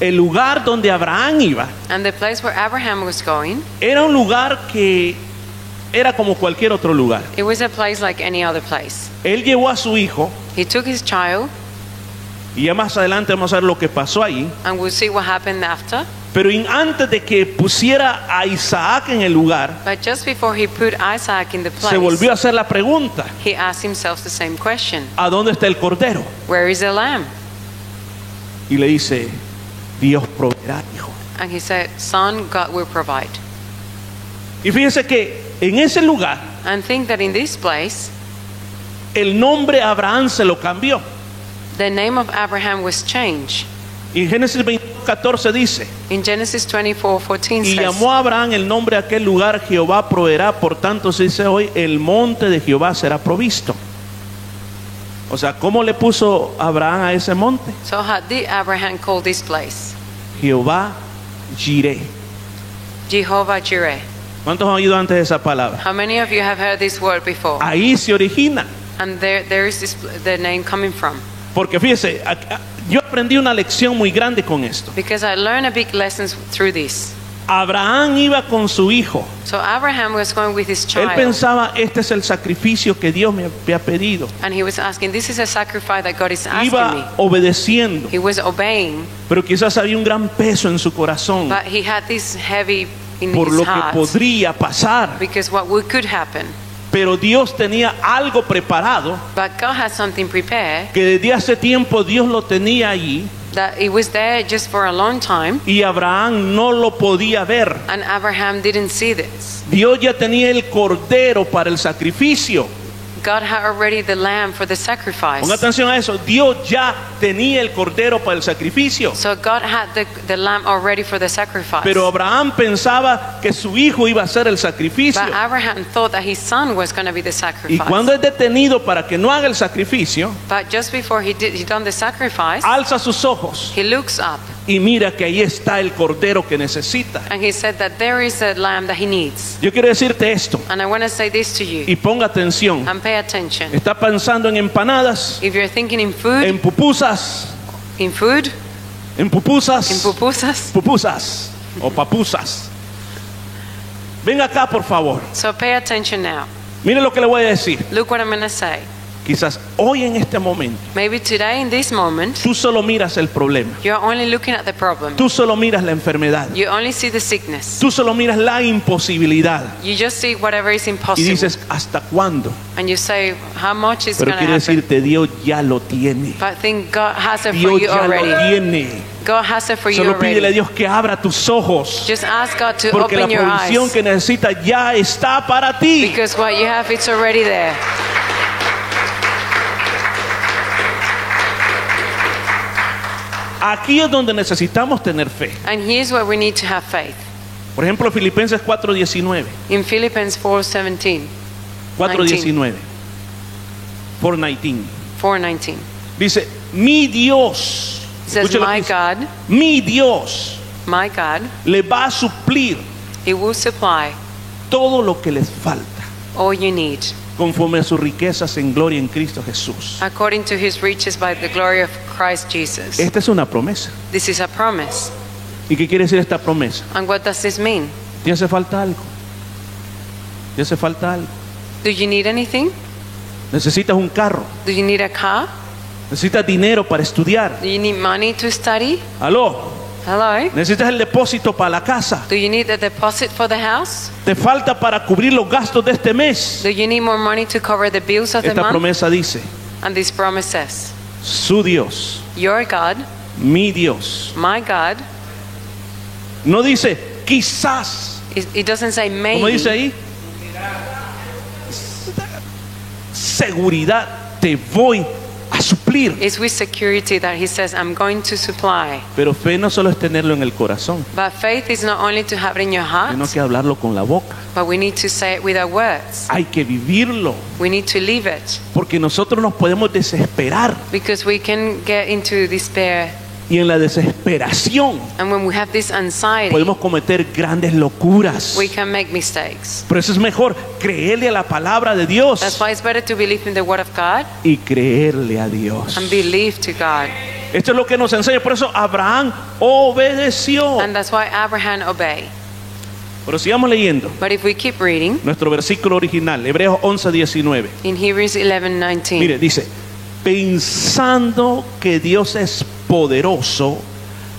Speaker 1: El lugar donde Abraham iba
Speaker 2: And the place where Abraham was going,
Speaker 1: era un lugar que era como cualquier otro lugar.
Speaker 2: it was a place like any other place.
Speaker 1: Él llevó a su hijo
Speaker 2: He took his child,
Speaker 1: y ya más adelante vamos a ver lo que pasó ahí.
Speaker 2: and we'll see what happened after.
Speaker 1: Pero in- antes de que pusiera a Isaac en el lugar,
Speaker 2: But just before he put Isaac in the
Speaker 1: se volvió a
Speaker 2: place,
Speaker 1: hacer la pregunta,
Speaker 2: he asked himself the same question
Speaker 1: ¿a dónde está el cordero?
Speaker 2: Where is the lamb?
Speaker 1: Y le dice, Dios proveerá, hijo.
Speaker 2: And he said, Son, God will provide.
Speaker 1: Y fíjese que en ese lugar
Speaker 2: And think that in this place,
Speaker 1: el nombre Abraham se lo cambió.
Speaker 2: the name of Abraham was changed.
Speaker 1: Y en Génesis 22, 14 dice,
Speaker 2: In Genesis 24 14
Speaker 1: y
Speaker 2: says,
Speaker 1: llamó a Abraham el nombre de aquel lugar, Jehová proveerá, por tanto se dice hoy, el monte de Jehová será provisto. O sea, ¿cómo le puso Abraham a ese monte?
Speaker 2: So how did Abraham call this place?
Speaker 1: Jehová Jireh.
Speaker 2: Jehovah Jireh.
Speaker 1: ¿Cuántos han oído antes de esa palabra?
Speaker 2: How many of you have heard this word before?
Speaker 1: Ahí se origina.
Speaker 2: And there, there is this, the name coming from.
Speaker 1: Porque fíjese, a- a- yo aprendí una lección muy grande con esto.
Speaker 2: Because I learned a big lesson through this.
Speaker 1: Abraham iba con su hijo.
Speaker 2: So Abraham was going with his
Speaker 1: Él
Speaker 2: child.
Speaker 1: pensaba, este es el sacrificio que Dios me había pedido.
Speaker 2: And he was asking, this is a sacrifice that God is asking
Speaker 1: Iba
Speaker 2: me.
Speaker 1: obedeciendo,
Speaker 2: He was obeying,
Speaker 1: pero quizás había un gran peso en su corazón
Speaker 2: but he had this heavy in
Speaker 1: por
Speaker 2: his
Speaker 1: lo que
Speaker 2: heart
Speaker 1: podría pasar.
Speaker 2: because what would, could happen.
Speaker 1: Pero Dios tenía algo preparado
Speaker 2: But God had something prepared
Speaker 1: que desde hace tiempo Dios lo tenía allí
Speaker 2: that it was there just for a long time,
Speaker 1: y Abraham no lo podía ver.
Speaker 2: and Abraham didn't see this.
Speaker 1: Dios ya tenía el cordero para el sacrificio.
Speaker 2: God had already the lamb for the
Speaker 1: Ponga
Speaker 2: sacrifice.
Speaker 1: atención a eso. Dios ya tenía el cordero para el sacrificio.
Speaker 2: So God had the, the lamb already for the sacrifice.
Speaker 1: Pero Abraham pensaba que su hijo iba a ser el sacrificio.
Speaker 2: But Abraham thought that his son was going to be the
Speaker 1: Y cuando
Speaker 2: sacrifice.
Speaker 1: es detenido para que no haga el sacrificio,
Speaker 2: But just before he did, he done the sacrifice,
Speaker 1: alza sus ojos
Speaker 2: he looks up
Speaker 1: y mira que ahí está el cordero que necesita.
Speaker 2: and he said that there is a lamb that he needs.
Speaker 1: Yo quiero decirte esto
Speaker 2: And I want to say this to you
Speaker 1: y ponga atención.
Speaker 2: and pay attention.
Speaker 1: Está pensando en empanadas,
Speaker 2: If you're thinking in food,
Speaker 1: en pupusas,
Speaker 2: in food,
Speaker 1: en
Speaker 2: in
Speaker 1: pupusas,
Speaker 2: pupusas,
Speaker 1: pupusas o papusas. Venga acá, por favor.
Speaker 2: so pay attention now.
Speaker 1: Mire lo que le voy a decir.
Speaker 2: Look what I'm going to say.
Speaker 1: Quizás hoy en este momento
Speaker 2: Maybe today in this moment,
Speaker 1: tú solo miras el problema,
Speaker 2: you're only looking at the problem.
Speaker 1: tú solo miras la enfermedad,
Speaker 2: You only see the sickness.
Speaker 1: tú solo miras la imposibilidad
Speaker 2: You just see whatever is
Speaker 1: y
Speaker 2: impossible.
Speaker 1: dices, ¿hasta cuándo?
Speaker 2: And you say, how much is going
Speaker 1: Pero
Speaker 2: to
Speaker 1: quiero
Speaker 2: happen?
Speaker 1: decirte, Dios ya lo tiene.
Speaker 2: But I think God has it for
Speaker 1: Dios
Speaker 2: you
Speaker 1: ya lo
Speaker 2: already.
Speaker 1: tiene.
Speaker 2: God has it for you
Speaker 1: Solo pídele a
Speaker 2: already.
Speaker 1: Dios que abra tus ojos.
Speaker 2: Just ask God to
Speaker 1: Porque la
Speaker 2: open your
Speaker 1: provisión
Speaker 2: eyes.
Speaker 1: que necesitas ya está para ti.
Speaker 2: Because what you have, it's already there.
Speaker 1: Aquí es donde necesitamos tener fe.
Speaker 2: And here's where we need to have faith.
Speaker 1: Por ejemplo, Filipenses 4:19.
Speaker 2: In Philippians 4.17,
Speaker 1: 4:19. 4:19.
Speaker 2: 4.19.
Speaker 1: Dice, mi Dios
Speaker 2: It says,
Speaker 1: Escuche lo que
Speaker 2: "My
Speaker 1: dice.
Speaker 2: God,
Speaker 1: Mi Dios
Speaker 2: my God,
Speaker 1: le va a suplir
Speaker 2: He will supply
Speaker 1: todo lo que les falta
Speaker 2: all you need
Speaker 1: conforme a sus riquezas en gloria en Cristo Jesús.
Speaker 2: according to His riches by the glory of Christ Jesus."
Speaker 1: Esta es una promesa.
Speaker 2: This is a promise.
Speaker 1: ¿Y qué quiere decir esta promesa?
Speaker 2: And what does this mean?
Speaker 1: Te hace falta algo. Te hace falta algo.
Speaker 2: Do you need anything?
Speaker 1: Necesitas un carro.
Speaker 2: Do you need a car?
Speaker 1: Necesitas dinero para estudiar.
Speaker 2: Do you need money to study?
Speaker 1: Aló.
Speaker 2: Hello?
Speaker 1: Necesitas el depósito para la casa.
Speaker 2: Do you need a deposit for the house?
Speaker 1: Te falta para cubrir los gastos de este mes.
Speaker 2: Do you need more money to cover the bills of the
Speaker 1: Esta
Speaker 2: month?
Speaker 1: promesa dice,
Speaker 2: And this promise says,
Speaker 1: su Dios,
Speaker 2: Your God,
Speaker 1: mi Dios.
Speaker 2: my God,
Speaker 1: No dice, quizás.
Speaker 2: it, it doesn't say
Speaker 1: Como dice
Speaker 2: maybe.
Speaker 1: ahí, seguridad te voy a suplir.
Speaker 2: It's with security that He says, I'm going to supply.
Speaker 1: Pero fe no solo es tenerlo en el corazón,
Speaker 2: But faith is not only to have it in your heart,
Speaker 1: sino que hablarlo con la boca.
Speaker 2: but we need to say it with our words.
Speaker 1: Hay que vivirlo,
Speaker 2: We need to live it
Speaker 1: porque nosotros nos podemos desesperar
Speaker 2: because we can get into despair.
Speaker 1: y en la desesperación
Speaker 2: And when we have this anxiety,
Speaker 1: podemos cometer grandes locuras.
Speaker 2: we can make mistakes.
Speaker 1: Por eso es mejor creerle a la palabra de Dios
Speaker 2: That's why it's better to believe in the Word of God
Speaker 1: y creerle a Dios.
Speaker 2: and believe to God.
Speaker 1: Esto es lo que nos enseña. Por eso Abraham obedeció.
Speaker 2: And that's why Abraham obeyed.
Speaker 1: Pero sigamos leyendo.
Speaker 2: But if we keep reading,
Speaker 1: Nuestro versículo original, Hebreos 11, 19.
Speaker 2: in Hebrews 11 19,
Speaker 1: Mire, dice, pensando que Dios es poderoso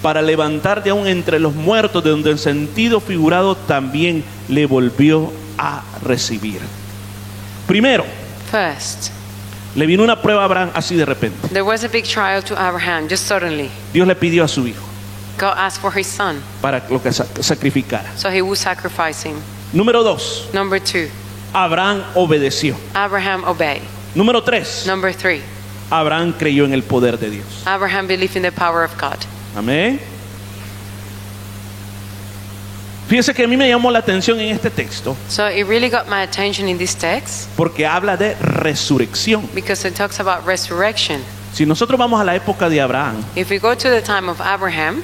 Speaker 1: para levantar de aún entre los muertos, de donde el sentido figurado también le volvió a recibir. Primero,
Speaker 2: first,
Speaker 1: le vino una prueba a Abraham así de repente.
Speaker 2: there was a big trial to Abraham, just suddenly.
Speaker 1: Dios le pidió a su hijo
Speaker 2: God asked for his son,
Speaker 1: para lo que sa- sacrificara.
Speaker 2: so he would sacrifice him.
Speaker 1: Número dos,
Speaker 2: Number two,
Speaker 1: Abraham obedeció.
Speaker 2: Abraham obeyed.
Speaker 1: Número tres,
Speaker 2: Number three,
Speaker 1: Abraham creyó en el poder de Dios.
Speaker 2: Abraham believed in the power of God.
Speaker 1: Amén. Fíjese que a mí me llamó la atención en este texto
Speaker 2: So it really got my attention in this text
Speaker 1: porque habla de resurrección.
Speaker 2: because it talks about resurrection.
Speaker 1: Si nosotros vamos a la época de Abraham,
Speaker 2: If we go to the time of Abraham,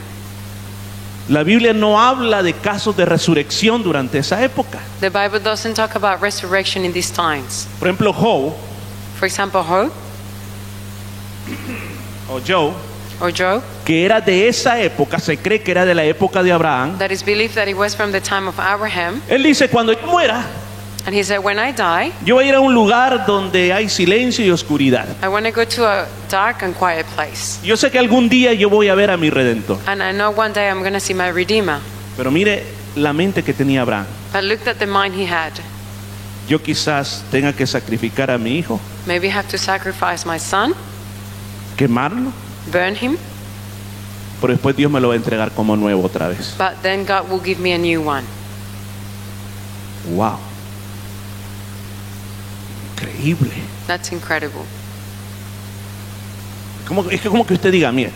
Speaker 1: la Biblia no habla de casos de resurrección durante esa época.
Speaker 2: the Bible doesn't talk about resurrection in these times.
Speaker 1: Por ejemplo, Joe
Speaker 2: For example, Hope
Speaker 1: o Joe,
Speaker 2: or Job,
Speaker 1: que era de esa época, se cree que era de la época de Abraham.
Speaker 2: that is believed that it was from the time of Abraham.
Speaker 1: Él dice, cuando yo muera,
Speaker 2: And he said, When I die,
Speaker 1: yo voy a ir a un lugar donde hay silencio y oscuridad.
Speaker 2: I want to go to a dark and quiet place.
Speaker 1: Yo sé que algún día yo voy a ver a mi redentor.
Speaker 2: And I know one day I'm going to see my Redeemer.
Speaker 1: Pero mire la mente que tenía Abraham.
Speaker 2: But look at the mind he had.
Speaker 1: yo quizás tenga que sacrificar a mi hijo,
Speaker 2: Maybe I have to sacrifice my son,
Speaker 1: quemarlo,
Speaker 2: burn him,
Speaker 1: pero después Dios me lo va a entregar como nuevo otra vez.
Speaker 2: but then God will give me a new one.
Speaker 1: Wow. Increíble.
Speaker 2: That's incredible.
Speaker 1: Como, es que como que usted diga, mire,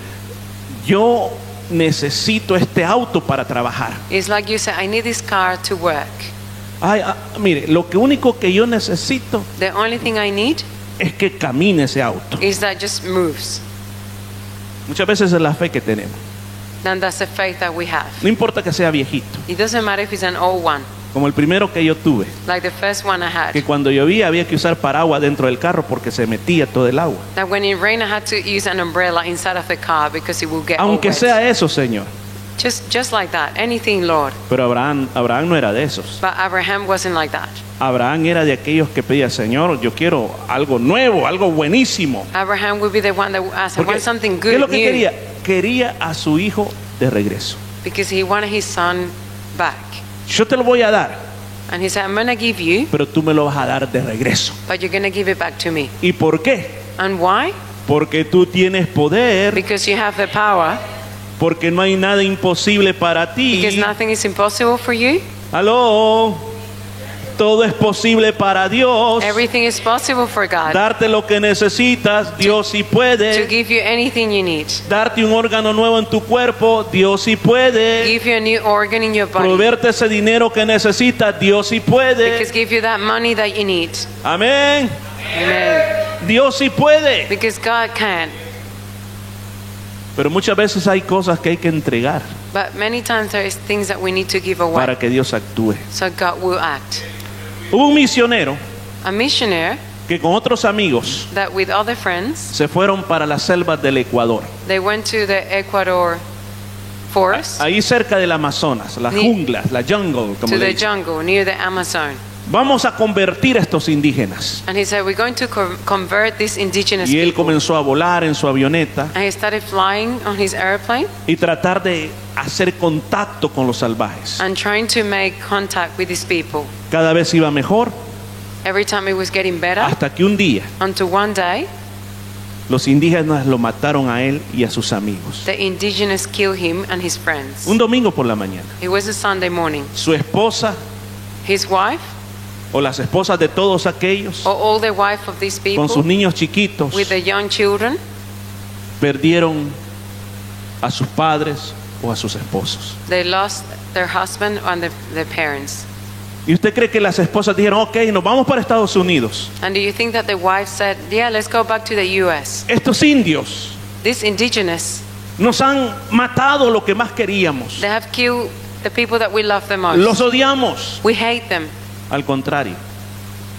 Speaker 1: yo necesito este auto para trabajar.
Speaker 2: It's like you say, I need this car to work.
Speaker 1: Ay, ah, mire, lo que único que yo necesito
Speaker 2: The only thing I need
Speaker 1: es que camine ese auto.
Speaker 2: is that it just moves.
Speaker 1: Muchas veces es la fe que tenemos.
Speaker 2: Then that's the faith that we have.
Speaker 1: No importa que sea viejito,
Speaker 2: It doesn't matter if it's an old one,
Speaker 1: como el primero que yo tuve,
Speaker 2: like the first one I
Speaker 1: que
Speaker 2: had.
Speaker 1: cuando llovía había que usar paraguas dentro del carro porque se metía todo el agua.
Speaker 2: That when it rained, I had to use an umbrella inside of the car because it will get all
Speaker 1: Aunque
Speaker 2: wet.
Speaker 1: sea eso, Señor.
Speaker 2: Just, just like that. Anything, Lord.
Speaker 1: Pero Abraham, Abraham no era de esos.
Speaker 2: But Abraham wasn't like that.
Speaker 1: Abraham era de aquellos que pedía, Señor, yo quiero algo nuevo, algo buenísimo.
Speaker 2: Abraham would be the one that would ask, I
Speaker 1: Porque,
Speaker 2: want something
Speaker 1: ¿Qué es lo
Speaker 2: good,
Speaker 1: que
Speaker 2: new,
Speaker 1: quería? Quería a su hijo de regreso.
Speaker 2: because he wanted his son back.
Speaker 1: Yo te lo voy a dar,
Speaker 2: And he said, I'm going to give you,
Speaker 1: pero tú me lo vas a dar de regreso.
Speaker 2: but you're going to give it back to me.
Speaker 1: ¿Y por qué?
Speaker 2: And why?
Speaker 1: Porque tú tienes poder,
Speaker 2: Because you have the power,
Speaker 1: porque no hay nada imposible para ti.
Speaker 2: because nothing is impossible for you.
Speaker 1: Aló, todo es posible para Dios.
Speaker 2: Everything is possible for God
Speaker 1: Darte lo que necesitas, Dios sí puede.
Speaker 2: to give you anything you need,
Speaker 1: Darte un órgano nuevo en tu cuerpo, Dios sí puede.
Speaker 2: give you a new organ in your body,
Speaker 1: Proveerte ese dinero que necesitas, Dios sí puede.
Speaker 2: because give you that money that you need.
Speaker 1: Amén.
Speaker 2: Amen.
Speaker 1: Dios sí puede.
Speaker 2: Because God can.
Speaker 1: Pero muchas veces hay cosas que hay que entregar
Speaker 2: But many times there is things that we need to give
Speaker 1: para
Speaker 2: away
Speaker 1: que Dios actúe.
Speaker 2: so God will act.
Speaker 1: Hubo un misionero
Speaker 2: A missionary
Speaker 1: que con otros amigos
Speaker 2: that with other friends,
Speaker 1: se fueron para las selvas del Ecuador,
Speaker 2: they went to the Ecuador forest,
Speaker 1: ahí cerca del Amazonas, las
Speaker 2: Ni-
Speaker 1: junglas, la jungle, como
Speaker 2: to
Speaker 1: le
Speaker 2: the
Speaker 1: dicen.
Speaker 2: jungle near the Amazon.
Speaker 1: Vamos a convertir a estos indígenas.
Speaker 2: And he said, we're going to co- convert these indigenous
Speaker 1: Y él
Speaker 2: people.
Speaker 1: comenzó a volar en su avioneta
Speaker 2: And he started flying on his airplane
Speaker 1: y tratar de hacer contacto con los salvajes.
Speaker 2: and trying to make contact with these people.
Speaker 1: Cada vez iba mejor
Speaker 2: Every time it was getting better,
Speaker 1: hasta que un día
Speaker 2: until one day,
Speaker 1: los indígenas lo mataron a él y a sus amigos.
Speaker 2: the indigenous killed him and his friends.
Speaker 1: Un domingo por la mañana.
Speaker 2: It was a Sunday morning.
Speaker 1: Su esposa
Speaker 2: His wife,
Speaker 1: o las esposas de todos aquellos
Speaker 2: or all the wife of these
Speaker 1: con sus
Speaker 2: Oh, people,
Speaker 1: niños chiquitos
Speaker 2: with the young children,
Speaker 1: perdieron a sus padres o a sus esposos.
Speaker 2: they lost their husband and their, their parents.
Speaker 1: ¿Y usted cree que las esposas dijeron, ok, nos vamos para Estados Unidos?
Speaker 2: And do you think that the wife said, yeah, let's go back to the U.S.?
Speaker 1: Estos indios
Speaker 2: These indigenous,
Speaker 1: nos han matado lo que más queríamos.
Speaker 2: they have killed the people that we love the most.
Speaker 1: Los odiamos.
Speaker 2: We hate them.
Speaker 1: Al contrario,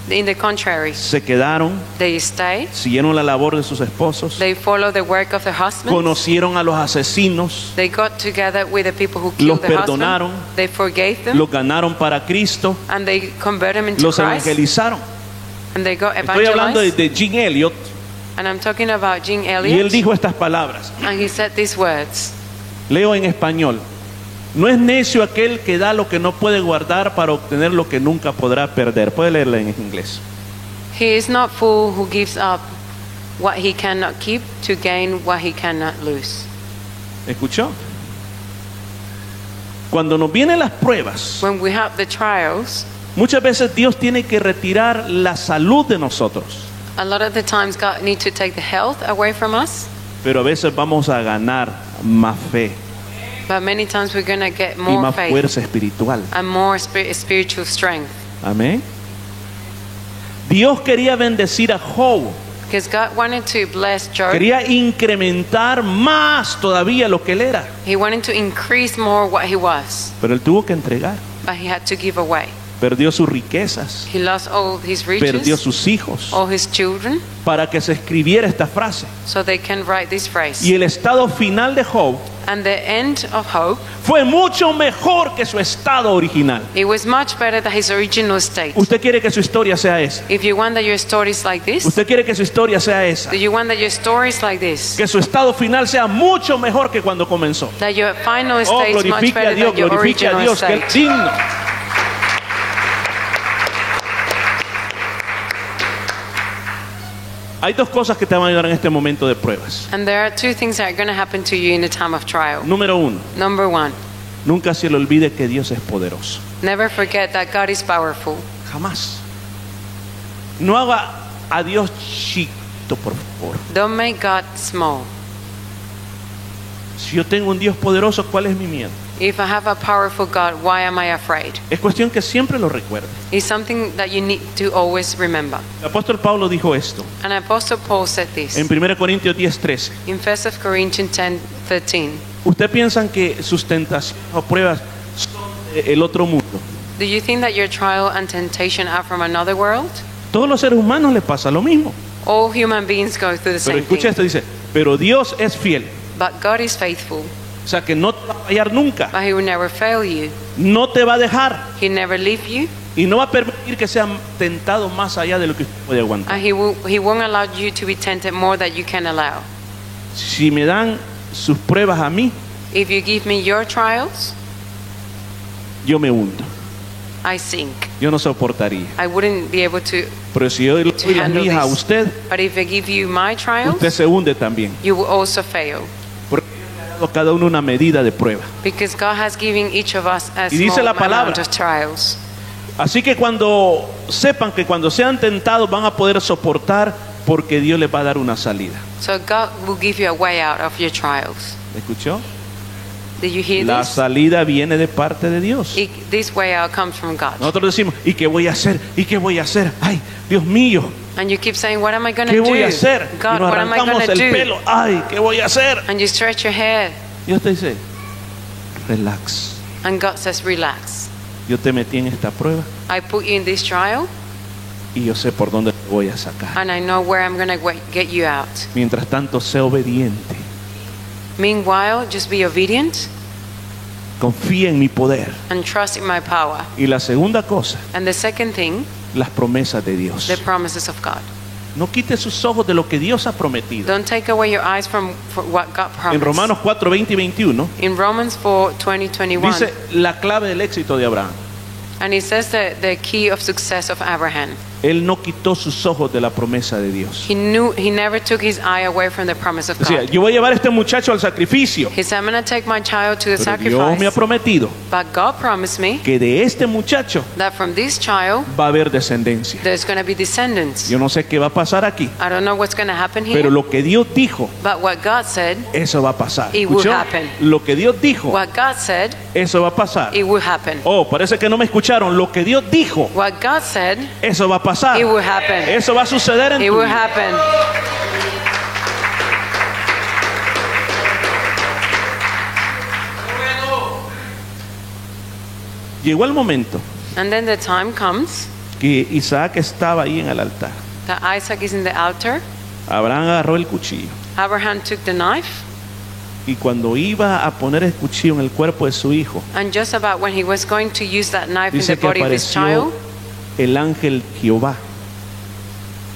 Speaker 2: In the contrary,
Speaker 1: se quedaron,
Speaker 2: they stay,
Speaker 1: siguieron la labor de sus esposos,
Speaker 2: they follow the work of their husbands.
Speaker 1: conocieron a los asesinos,
Speaker 2: They got together with the people who
Speaker 1: Los
Speaker 2: killed their husband.
Speaker 1: perdonaron.
Speaker 2: They forgave them.
Speaker 1: los ganaron para Cristo,
Speaker 2: and they converted them into
Speaker 1: los
Speaker 2: Christ.
Speaker 1: evangelizaron.
Speaker 2: And they got
Speaker 1: Estoy hablando de,
Speaker 2: evangelized.
Speaker 1: de Jim Elliot
Speaker 2: And I'm talking about Jean
Speaker 1: y él
Speaker 2: Elliot.
Speaker 1: dijo estas palabras.
Speaker 2: And he said these words.
Speaker 1: Leo en español. No es necio aquel que da lo que no puede guardar para obtener lo que nunca podrá perder. Puede leerla en inglés.
Speaker 2: He is not fool who gives up what he cannot keep to gain what he cannot lose.
Speaker 1: ¿Escuchó? Cuando nos vienen las pruebas,
Speaker 2: When we have the trials,
Speaker 1: muchas veces Dios tiene que retirar la salud de nosotros,
Speaker 2: a lot of the times God need to take the health away from us,
Speaker 1: pero a veces vamos a ganar más fe
Speaker 2: but many times we're going to get
Speaker 1: y
Speaker 2: more
Speaker 1: más
Speaker 2: faith
Speaker 1: fuerza espiritual.
Speaker 2: and more spir- spiritual strength.
Speaker 1: Amén. Dios quería bendecir a Job,
Speaker 2: Because God wanted to bless Job.
Speaker 1: quería incrementar más todavía lo que él era,
Speaker 2: He wanted to increase more what he was,
Speaker 1: pero él tuvo que entregar.
Speaker 2: but he had to give away.
Speaker 1: perdió sus riquezas,
Speaker 2: He lost all his
Speaker 1: perdió
Speaker 2: riches, Oh.
Speaker 1: sus hijos,
Speaker 2: all his children,
Speaker 1: para que se escribiera esta frase.
Speaker 2: so they can write this
Speaker 1: Y
Speaker 2: phrase.
Speaker 1: el estado final de Job
Speaker 2: And the end of hope,
Speaker 1: fue mucho mejor que su estado original.
Speaker 2: it was much better than his original state.
Speaker 1: Usted quiere que su historia sea esa.
Speaker 2: If you want that your story is like this,
Speaker 1: Usted quiere que su historia sea esa.
Speaker 2: do you want that your story is like this?
Speaker 1: Que su estado final sea mucho mejor que cuando comenzó.
Speaker 2: That your final
Speaker 1: Oh,
Speaker 2: state is much
Speaker 1: glorifique a
Speaker 2: better
Speaker 1: Dios,
Speaker 2: than your
Speaker 1: glorifique a
Speaker 2: original
Speaker 1: Dios, que
Speaker 2: state.
Speaker 1: es digno. Hay dos cosas que te van a ayudar en este momento de pruebas.
Speaker 2: And there are two things that are going to happen to you in a time of trial.
Speaker 1: Número uno,
Speaker 2: Number one,
Speaker 1: Nunca se le olvide que Dios es poderoso.
Speaker 2: never forget that God is powerful.
Speaker 1: Jamás. No haga a Dios chiquito, por favor.
Speaker 2: Don't make God small.
Speaker 1: Si yo tengo un Dios poderoso, ¿cuál es mi miedo?
Speaker 2: If I have a powerful God, why am I afraid?
Speaker 1: Es cuestión que siempre lo recuerde.
Speaker 2: It's something that you need to always remember.
Speaker 1: El apóstol Pablo dijo esto
Speaker 2: And Apostle Paul said this
Speaker 1: en 1 Corintios 10:13.
Speaker 2: in 1 Corinthians 10 13.
Speaker 1: ¿Usted piensan que sus tentaciones o pruebas son de el otro mundo?
Speaker 2: Do you think that your trial and temptation are from another world?
Speaker 1: Todos los seres humanos les pasa lo mismo.
Speaker 2: All human beings go through the
Speaker 1: Pero
Speaker 2: same
Speaker 1: escucha
Speaker 2: thing.
Speaker 1: esto, dice, pero Dios es fiel.
Speaker 2: But God is faithful,
Speaker 1: O sea que no te va a fallar nunca,
Speaker 2: but He will never fail you.
Speaker 1: no te va a dejar
Speaker 2: He never leave you,
Speaker 1: y no va a permitir que sea tentado más allá de lo que usted puede aguantar.
Speaker 2: and He will He won't allow you to be tempted more than you can allow.
Speaker 1: si me dan sus pruebas a mí,
Speaker 2: If you give me your trials,
Speaker 1: yo me hundo.
Speaker 2: I sink.
Speaker 1: Yo no soportaría.
Speaker 2: I wouldn't be able to.
Speaker 1: Pero si yo le doy las
Speaker 2: handle
Speaker 1: mías a
Speaker 2: this.
Speaker 1: usted,
Speaker 2: But if I give you my trials,
Speaker 1: usted se hunde también.
Speaker 2: you will also fail,
Speaker 1: Porque Dios le ha dado a cada uno una medida de prueba.
Speaker 2: because God has given each of us a
Speaker 1: Y dice
Speaker 2: small
Speaker 1: la
Speaker 2: amount
Speaker 1: palabra.
Speaker 2: of trials.
Speaker 1: Así que cuando sepan que cuando sean tentados van a poder soportar porque Dios les va a dar una salida.
Speaker 2: So God will give you a way out of your trials.
Speaker 1: ¿Escuchó?
Speaker 2: Did you hear
Speaker 1: La
Speaker 2: this?
Speaker 1: salida viene de parte de Dios.
Speaker 2: It- this way out comes from God.
Speaker 1: Nosotros decimos, ¿y qué voy a hacer? ¿Y qué voy a hacer? Ay, Dios mío,
Speaker 2: And you keep saying, What am I going to
Speaker 1: ¿Qué
Speaker 2: do?
Speaker 1: voy a hacer? y
Speaker 2: God,
Speaker 1: nos
Speaker 2: what am I
Speaker 1: arrancamos
Speaker 2: going to
Speaker 1: el
Speaker 2: do?
Speaker 1: pelo. Ay, ¿qué voy a hacer?
Speaker 2: And you stretch your hair,
Speaker 1: Dios te dice, relax.
Speaker 2: and God says, Relax.
Speaker 1: Yo te metí en esta prueba
Speaker 2: I put you in this trial,
Speaker 1: y yo sé por dónde te voy a sacar.
Speaker 2: and I know where I'm going to get you out.
Speaker 1: Mientras tanto, sé obediente.
Speaker 2: Meanwhile, just be obedient
Speaker 1: Confía en mi poder.
Speaker 2: and trust in my power.
Speaker 1: Y la segunda cosa,
Speaker 2: And the second thing,
Speaker 1: las promesas de Dios.
Speaker 2: the promises of God.
Speaker 1: No quite sus ojos de lo que Dios ha prometido.
Speaker 2: Don't take away your eyes from, from what God
Speaker 1: En
Speaker 2: promised.
Speaker 1: Romanos 4, 20 y 21
Speaker 2: In Romans 4 20, 21,
Speaker 1: dice la clave del éxito de Abraham.
Speaker 2: and he says that the key of success of Abraham.
Speaker 1: Él no quitó sus ojos de la promesa de Dios.
Speaker 2: He knew he never took his eye away from the promise of
Speaker 1: Decía,
Speaker 2: God.
Speaker 1: yo voy a llevar a este muchacho al sacrificio.
Speaker 2: He said, I'm going to take my child to the
Speaker 1: Pero Dios me ha
Speaker 2: sacrifice.
Speaker 1: prometido
Speaker 2: But God promised me
Speaker 1: que de este muchacho
Speaker 2: that from this child,
Speaker 1: va a haber descendencia.
Speaker 2: there's going to be descendants.
Speaker 1: Yo no sé qué va a pasar aquí,
Speaker 2: I don't know what's going to happen
Speaker 1: pero
Speaker 2: here,
Speaker 1: lo que Dios dijo,
Speaker 2: but what God said,
Speaker 1: eso va a pasar.
Speaker 2: It will
Speaker 1: ¿Escuchó?
Speaker 2: happen.
Speaker 1: Lo que Dios dijo,
Speaker 2: what God said,
Speaker 1: eso va a pasar.
Speaker 2: it will happen.
Speaker 1: Oh, parece que no me escucharon. Lo que Dios dijo,
Speaker 2: What God said,
Speaker 1: eso va a pasar.
Speaker 2: it will happen.
Speaker 1: Eso va a suceder en
Speaker 2: It
Speaker 1: tu
Speaker 2: will
Speaker 1: vida.
Speaker 2: happen.
Speaker 1: Llegó el momento
Speaker 2: And then the time comes
Speaker 1: que Isaac estaba ahí en el altar.
Speaker 2: that Isaac is in the altar.
Speaker 1: Abraham agarró el cuchillo
Speaker 2: Abraham took the knife,
Speaker 1: y cuando iba a poner el cuchillo en el cuerpo de su hijo,
Speaker 2: and just about when he was going to use that knife in
Speaker 1: dice
Speaker 2: the
Speaker 1: que
Speaker 2: body of his
Speaker 1: apareció
Speaker 2: child,
Speaker 1: el ángel Jehová.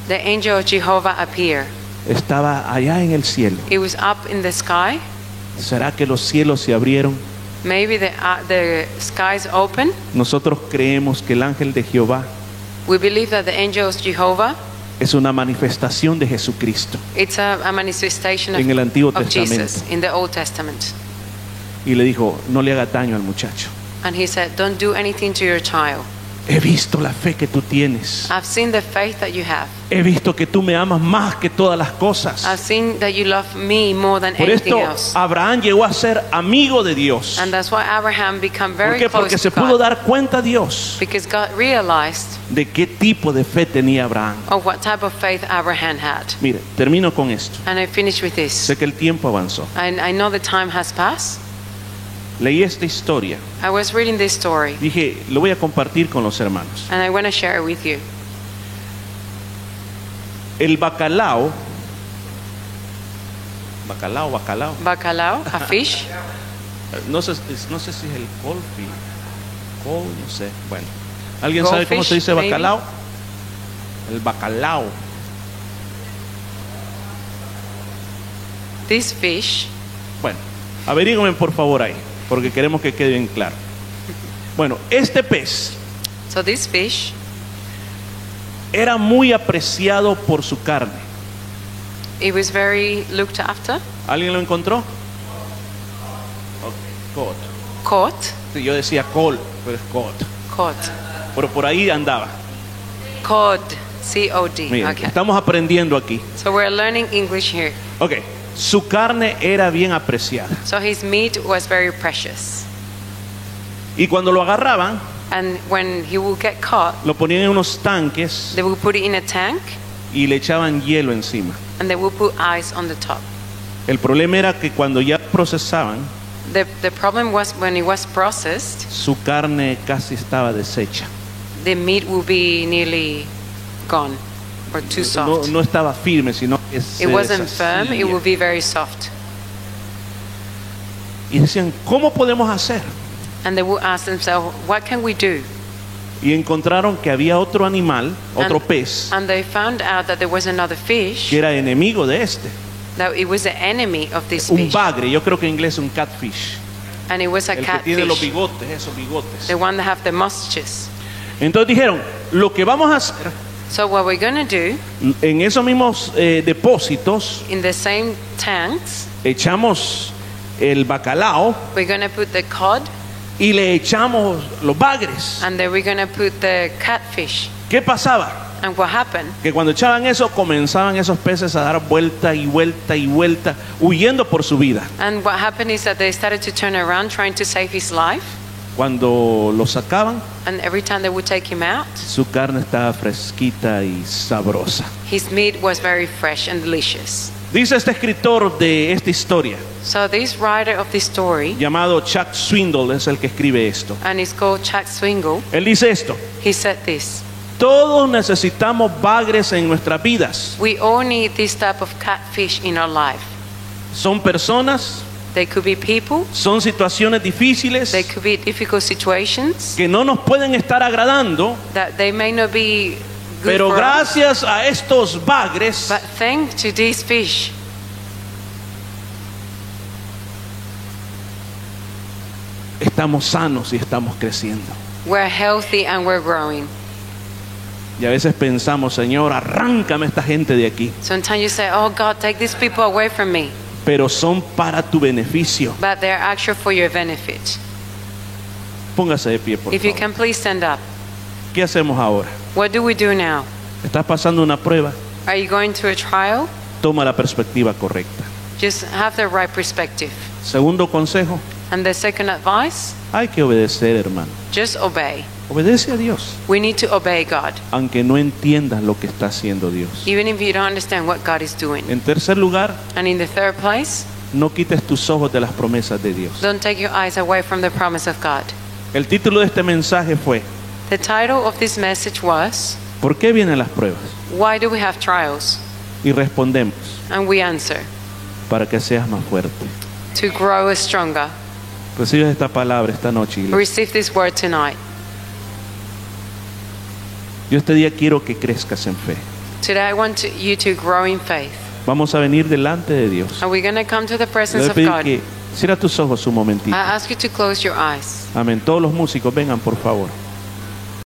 Speaker 2: the angel of Jehovah appeared.
Speaker 1: Estaba allá en el cielo.
Speaker 2: It was up in the sky.
Speaker 1: ¿Será que los cielos se abrieron?
Speaker 2: Maybe the, uh, the skies open.
Speaker 1: Nosotros creemos que el ángel de Jehová
Speaker 2: We believe that the angel of Jehovah,
Speaker 1: es una manifestación de Jesucristo.
Speaker 2: it's a, a manifestation of,
Speaker 1: En el Antiguo
Speaker 2: of Jesus
Speaker 1: Testamento.
Speaker 2: in the Old Testament.
Speaker 1: Y le dijo, no le haga daño al muchacho.
Speaker 2: And he said, Don't do anything to your child.
Speaker 1: He visto la fe que tú tienes.
Speaker 2: I've seen the faith that you have.
Speaker 1: He visto que tú me amas más que todas las
Speaker 2: I've
Speaker 1: cosas.
Speaker 2: seen that you love me more than
Speaker 1: Por
Speaker 2: anything
Speaker 1: esto
Speaker 2: else.
Speaker 1: Abraham llegó a ser amigo de Dios.
Speaker 2: And that's why Abraham became
Speaker 1: ¿Por
Speaker 2: very
Speaker 1: qué?
Speaker 2: close
Speaker 1: Porque se
Speaker 2: to
Speaker 1: pudo
Speaker 2: God.
Speaker 1: dar cuenta Dios
Speaker 2: Because God realized
Speaker 1: de qué tipo de fe tenía Abraham.
Speaker 2: of what type of faith Abraham had.
Speaker 1: Mire, termino con esto.
Speaker 2: And I finish with this.
Speaker 1: Sé que el tiempo avanzó.
Speaker 2: And I know the time has passed.
Speaker 1: Leí esta historia.
Speaker 2: I was reading this story
Speaker 1: Dije, lo voy a compartir con los hermanos.
Speaker 2: and I want to share it with you.
Speaker 1: El bacalao, bacalao, bacalao,
Speaker 2: Bacalao, a fish.
Speaker 1: no sé, es- no sé si es el colfi, col, no sé, bueno. ¿Alguien sabe
Speaker 2: Goldfish,
Speaker 1: cómo se dice
Speaker 2: maybe.
Speaker 1: bacalao? El bacalao.
Speaker 2: This fish,
Speaker 1: Bueno, averígame por favor ahí, porque queremos que quede bien claro. Bueno, este pez
Speaker 2: so this fish
Speaker 1: era muy apreciado por su carne.
Speaker 2: It was very looked after,
Speaker 1: ¿Alguien lo encontró? Ok, cod.
Speaker 2: caught,
Speaker 1: Sí, Yo decía col, pero es cod.
Speaker 2: caught,
Speaker 1: Pero por ahí andaba.
Speaker 2: cod, C-O-D.
Speaker 1: Miren,
Speaker 2: Okay.
Speaker 1: estamos aprendiendo aquí.
Speaker 2: So we're learning English here.
Speaker 1: Ok, su carne era bien apreciada.
Speaker 2: So his meat was very precious,
Speaker 1: Y cuando lo agarraban,
Speaker 2: and when he would get caught,
Speaker 1: lo ponían en unos tanques
Speaker 2: they would put it in a tank,
Speaker 1: y le echaban hielo encima.
Speaker 2: and they would put ice on the top.
Speaker 1: El problema era que cuando ya procesaban,
Speaker 2: The, the problem was when it was processed,
Speaker 1: su carne casi estaba deshecha.
Speaker 2: the meat would be nearly gone or too
Speaker 1: No,
Speaker 2: soft.
Speaker 1: no estaba firme, sino que se
Speaker 2: it wasn't firm, it
Speaker 1: deshacía.
Speaker 2: would be very soft.
Speaker 1: Y decían, ¿cómo podemos hacer?
Speaker 2: And they would ask themselves, what can we do?
Speaker 1: Y encontraron que había otro animal, otro
Speaker 2: and,
Speaker 1: pez,
Speaker 2: And they found out that there was another fish.
Speaker 1: que era enemigo de este.
Speaker 2: Now it was the enemy of this
Speaker 1: Un
Speaker 2: fish,
Speaker 1: bagre, yo creo que en inglés es un catfish.
Speaker 2: and it was a
Speaker 1: El que tiene los
Speaker 2: catfish,
Speaker 1: bigotes, esos bigotes.
Speaker 2: the one that have the mustaches.
Speaker 1: Entonces dijeron, lo que vamos a hacer
Speaker 2: So what we're gonna do
Speaker 1: en esos mismos eh, depósitos,
Speaker 2: in the same tanks,
Speaker 1: echamos el bacalao
Speaker 2: we're gonna put the cod,
Speaker 1: y le echamos los bagres.
Speaker 2: and then we're gonna put the catfish.
Speaker 1: ¿Qué pasaba?
Speaker 2: And what happened?
Speaker 1: Que cuando echaban eso, comenzaban esos peces a dar vuelta y vuelta y vuelta, huyendo por su vida.
Speaker 2: And what happened is that they started to turn around, trying to save his life.
Speaker 1: Cuando lo sacaban,
Speaker 2: And every time they would take him out,
Speaker 1: su carne estaba fresquita y sabrosa.
Speaker 2: his meat was very fresh and delicious.
Speaker 1: Dice este escritor de esta historia,
Speaker 2: So this writer of this story,
Speaker 1: llamado Chuck Swindoll, es el que escribe esto.
Speaker 2: and it's called Chuck Swingle,
Speaker 1: Él dice esto,
Speaker 2: he said this.
Speaker 1: todos necesitamos bagres en nuestras vidas.
Speaker 2: We all need this type of catfish in our life.
Speaker 1: Son personas,
Speaker 2: They could be people,
Speaker 1: son situaciones difíciles
Speaker 2: they could be difficult situations
Speaker 1: que no nos pueden estar agradando,
Speaker 2: that they may not be good
Speaker 1: pero
Speaker 2: for us.
Speaker 1: gracias a estos bagres
Speaker 2: But thanks to these fish,
Speaker 1: estamos sanos y estamos creciendo.
Speaker 2: we're healthy and we're growing.
Speaker 1: Y a veces pensamos, Señor, arráncame esta gente de aquí,
Speaker 2: Sometimes you say, Oh God, take these people away from me.
Speaker 1: pero son para tu beneficio.
Speaker 2: But they're actually for your benefit.
Speaker 1: Póngase de pie, por
Speaker 2: If you
Speaker 1: favor.
Speaker 2: can please stand up.
Speaker 1: ¿Qué hacemos ahora?
Speaker 2: What do we do now?
Speaker 1: Estás pasando una prueba,
Speaker 2: Are you going to a trial?
Speaker 1: toma la perspectiva correcta.
Speaker 2: Just have the right perspective.
Speaker 1: Segundo consejo,
Speaker 2: And the second advice,
Speaker 1: hay que obedecer, hermano.
Speaker 2: just obey.
Speaker 1: Obedece a Dios,
Speaker 2: We need to obey God,
Speaker 1: aunque no entiendas lo que está haciendo Dios.
Speaker 2: even if you don't understand what God is doing.
Speaker 1: En tercer lugar,
Speaker 2: And in the third place,
Speaker 1: no quites tus ojos de las promesas de Dios.
Speaker 2: don't take your eyes away from the promise of God.
Speaker 1: El título de este mensaje fue,
Speaker 2: The title of this message was,
Speaker 1: ¿por qué vienen las pruebas?
Speaker 2: Why do we have trials?
Speaker 1: Y respondemos,
Speaker 2: And we answer,
Speaker 1: para que seas más fuerte.
Speaker 2: To grow stronger.
Speaker 1: Recibes esta palabra esta noche. iglesia.
Speaker 2: Receive this word tonight.
Speaker 1: Yo este día quiero que crezcas en fe.
Speaker 2: Today I want to, you to grow in faith.
Speaker 1: Vamos a venir delante de Dios.
Speaker 2: Are we going to come to the
Speaker 1: Le
Speaker 2: presence
Speaker 1: voy a
Speaker 2: of
Speaker 1: pedir
Speaker 2: God?
Speaker 1: que cierra tus ojos un momentito.
Speaker 2: I ask you to close your eyes.
Speaker 1: Amén. Todos los músicos vengan, por favor.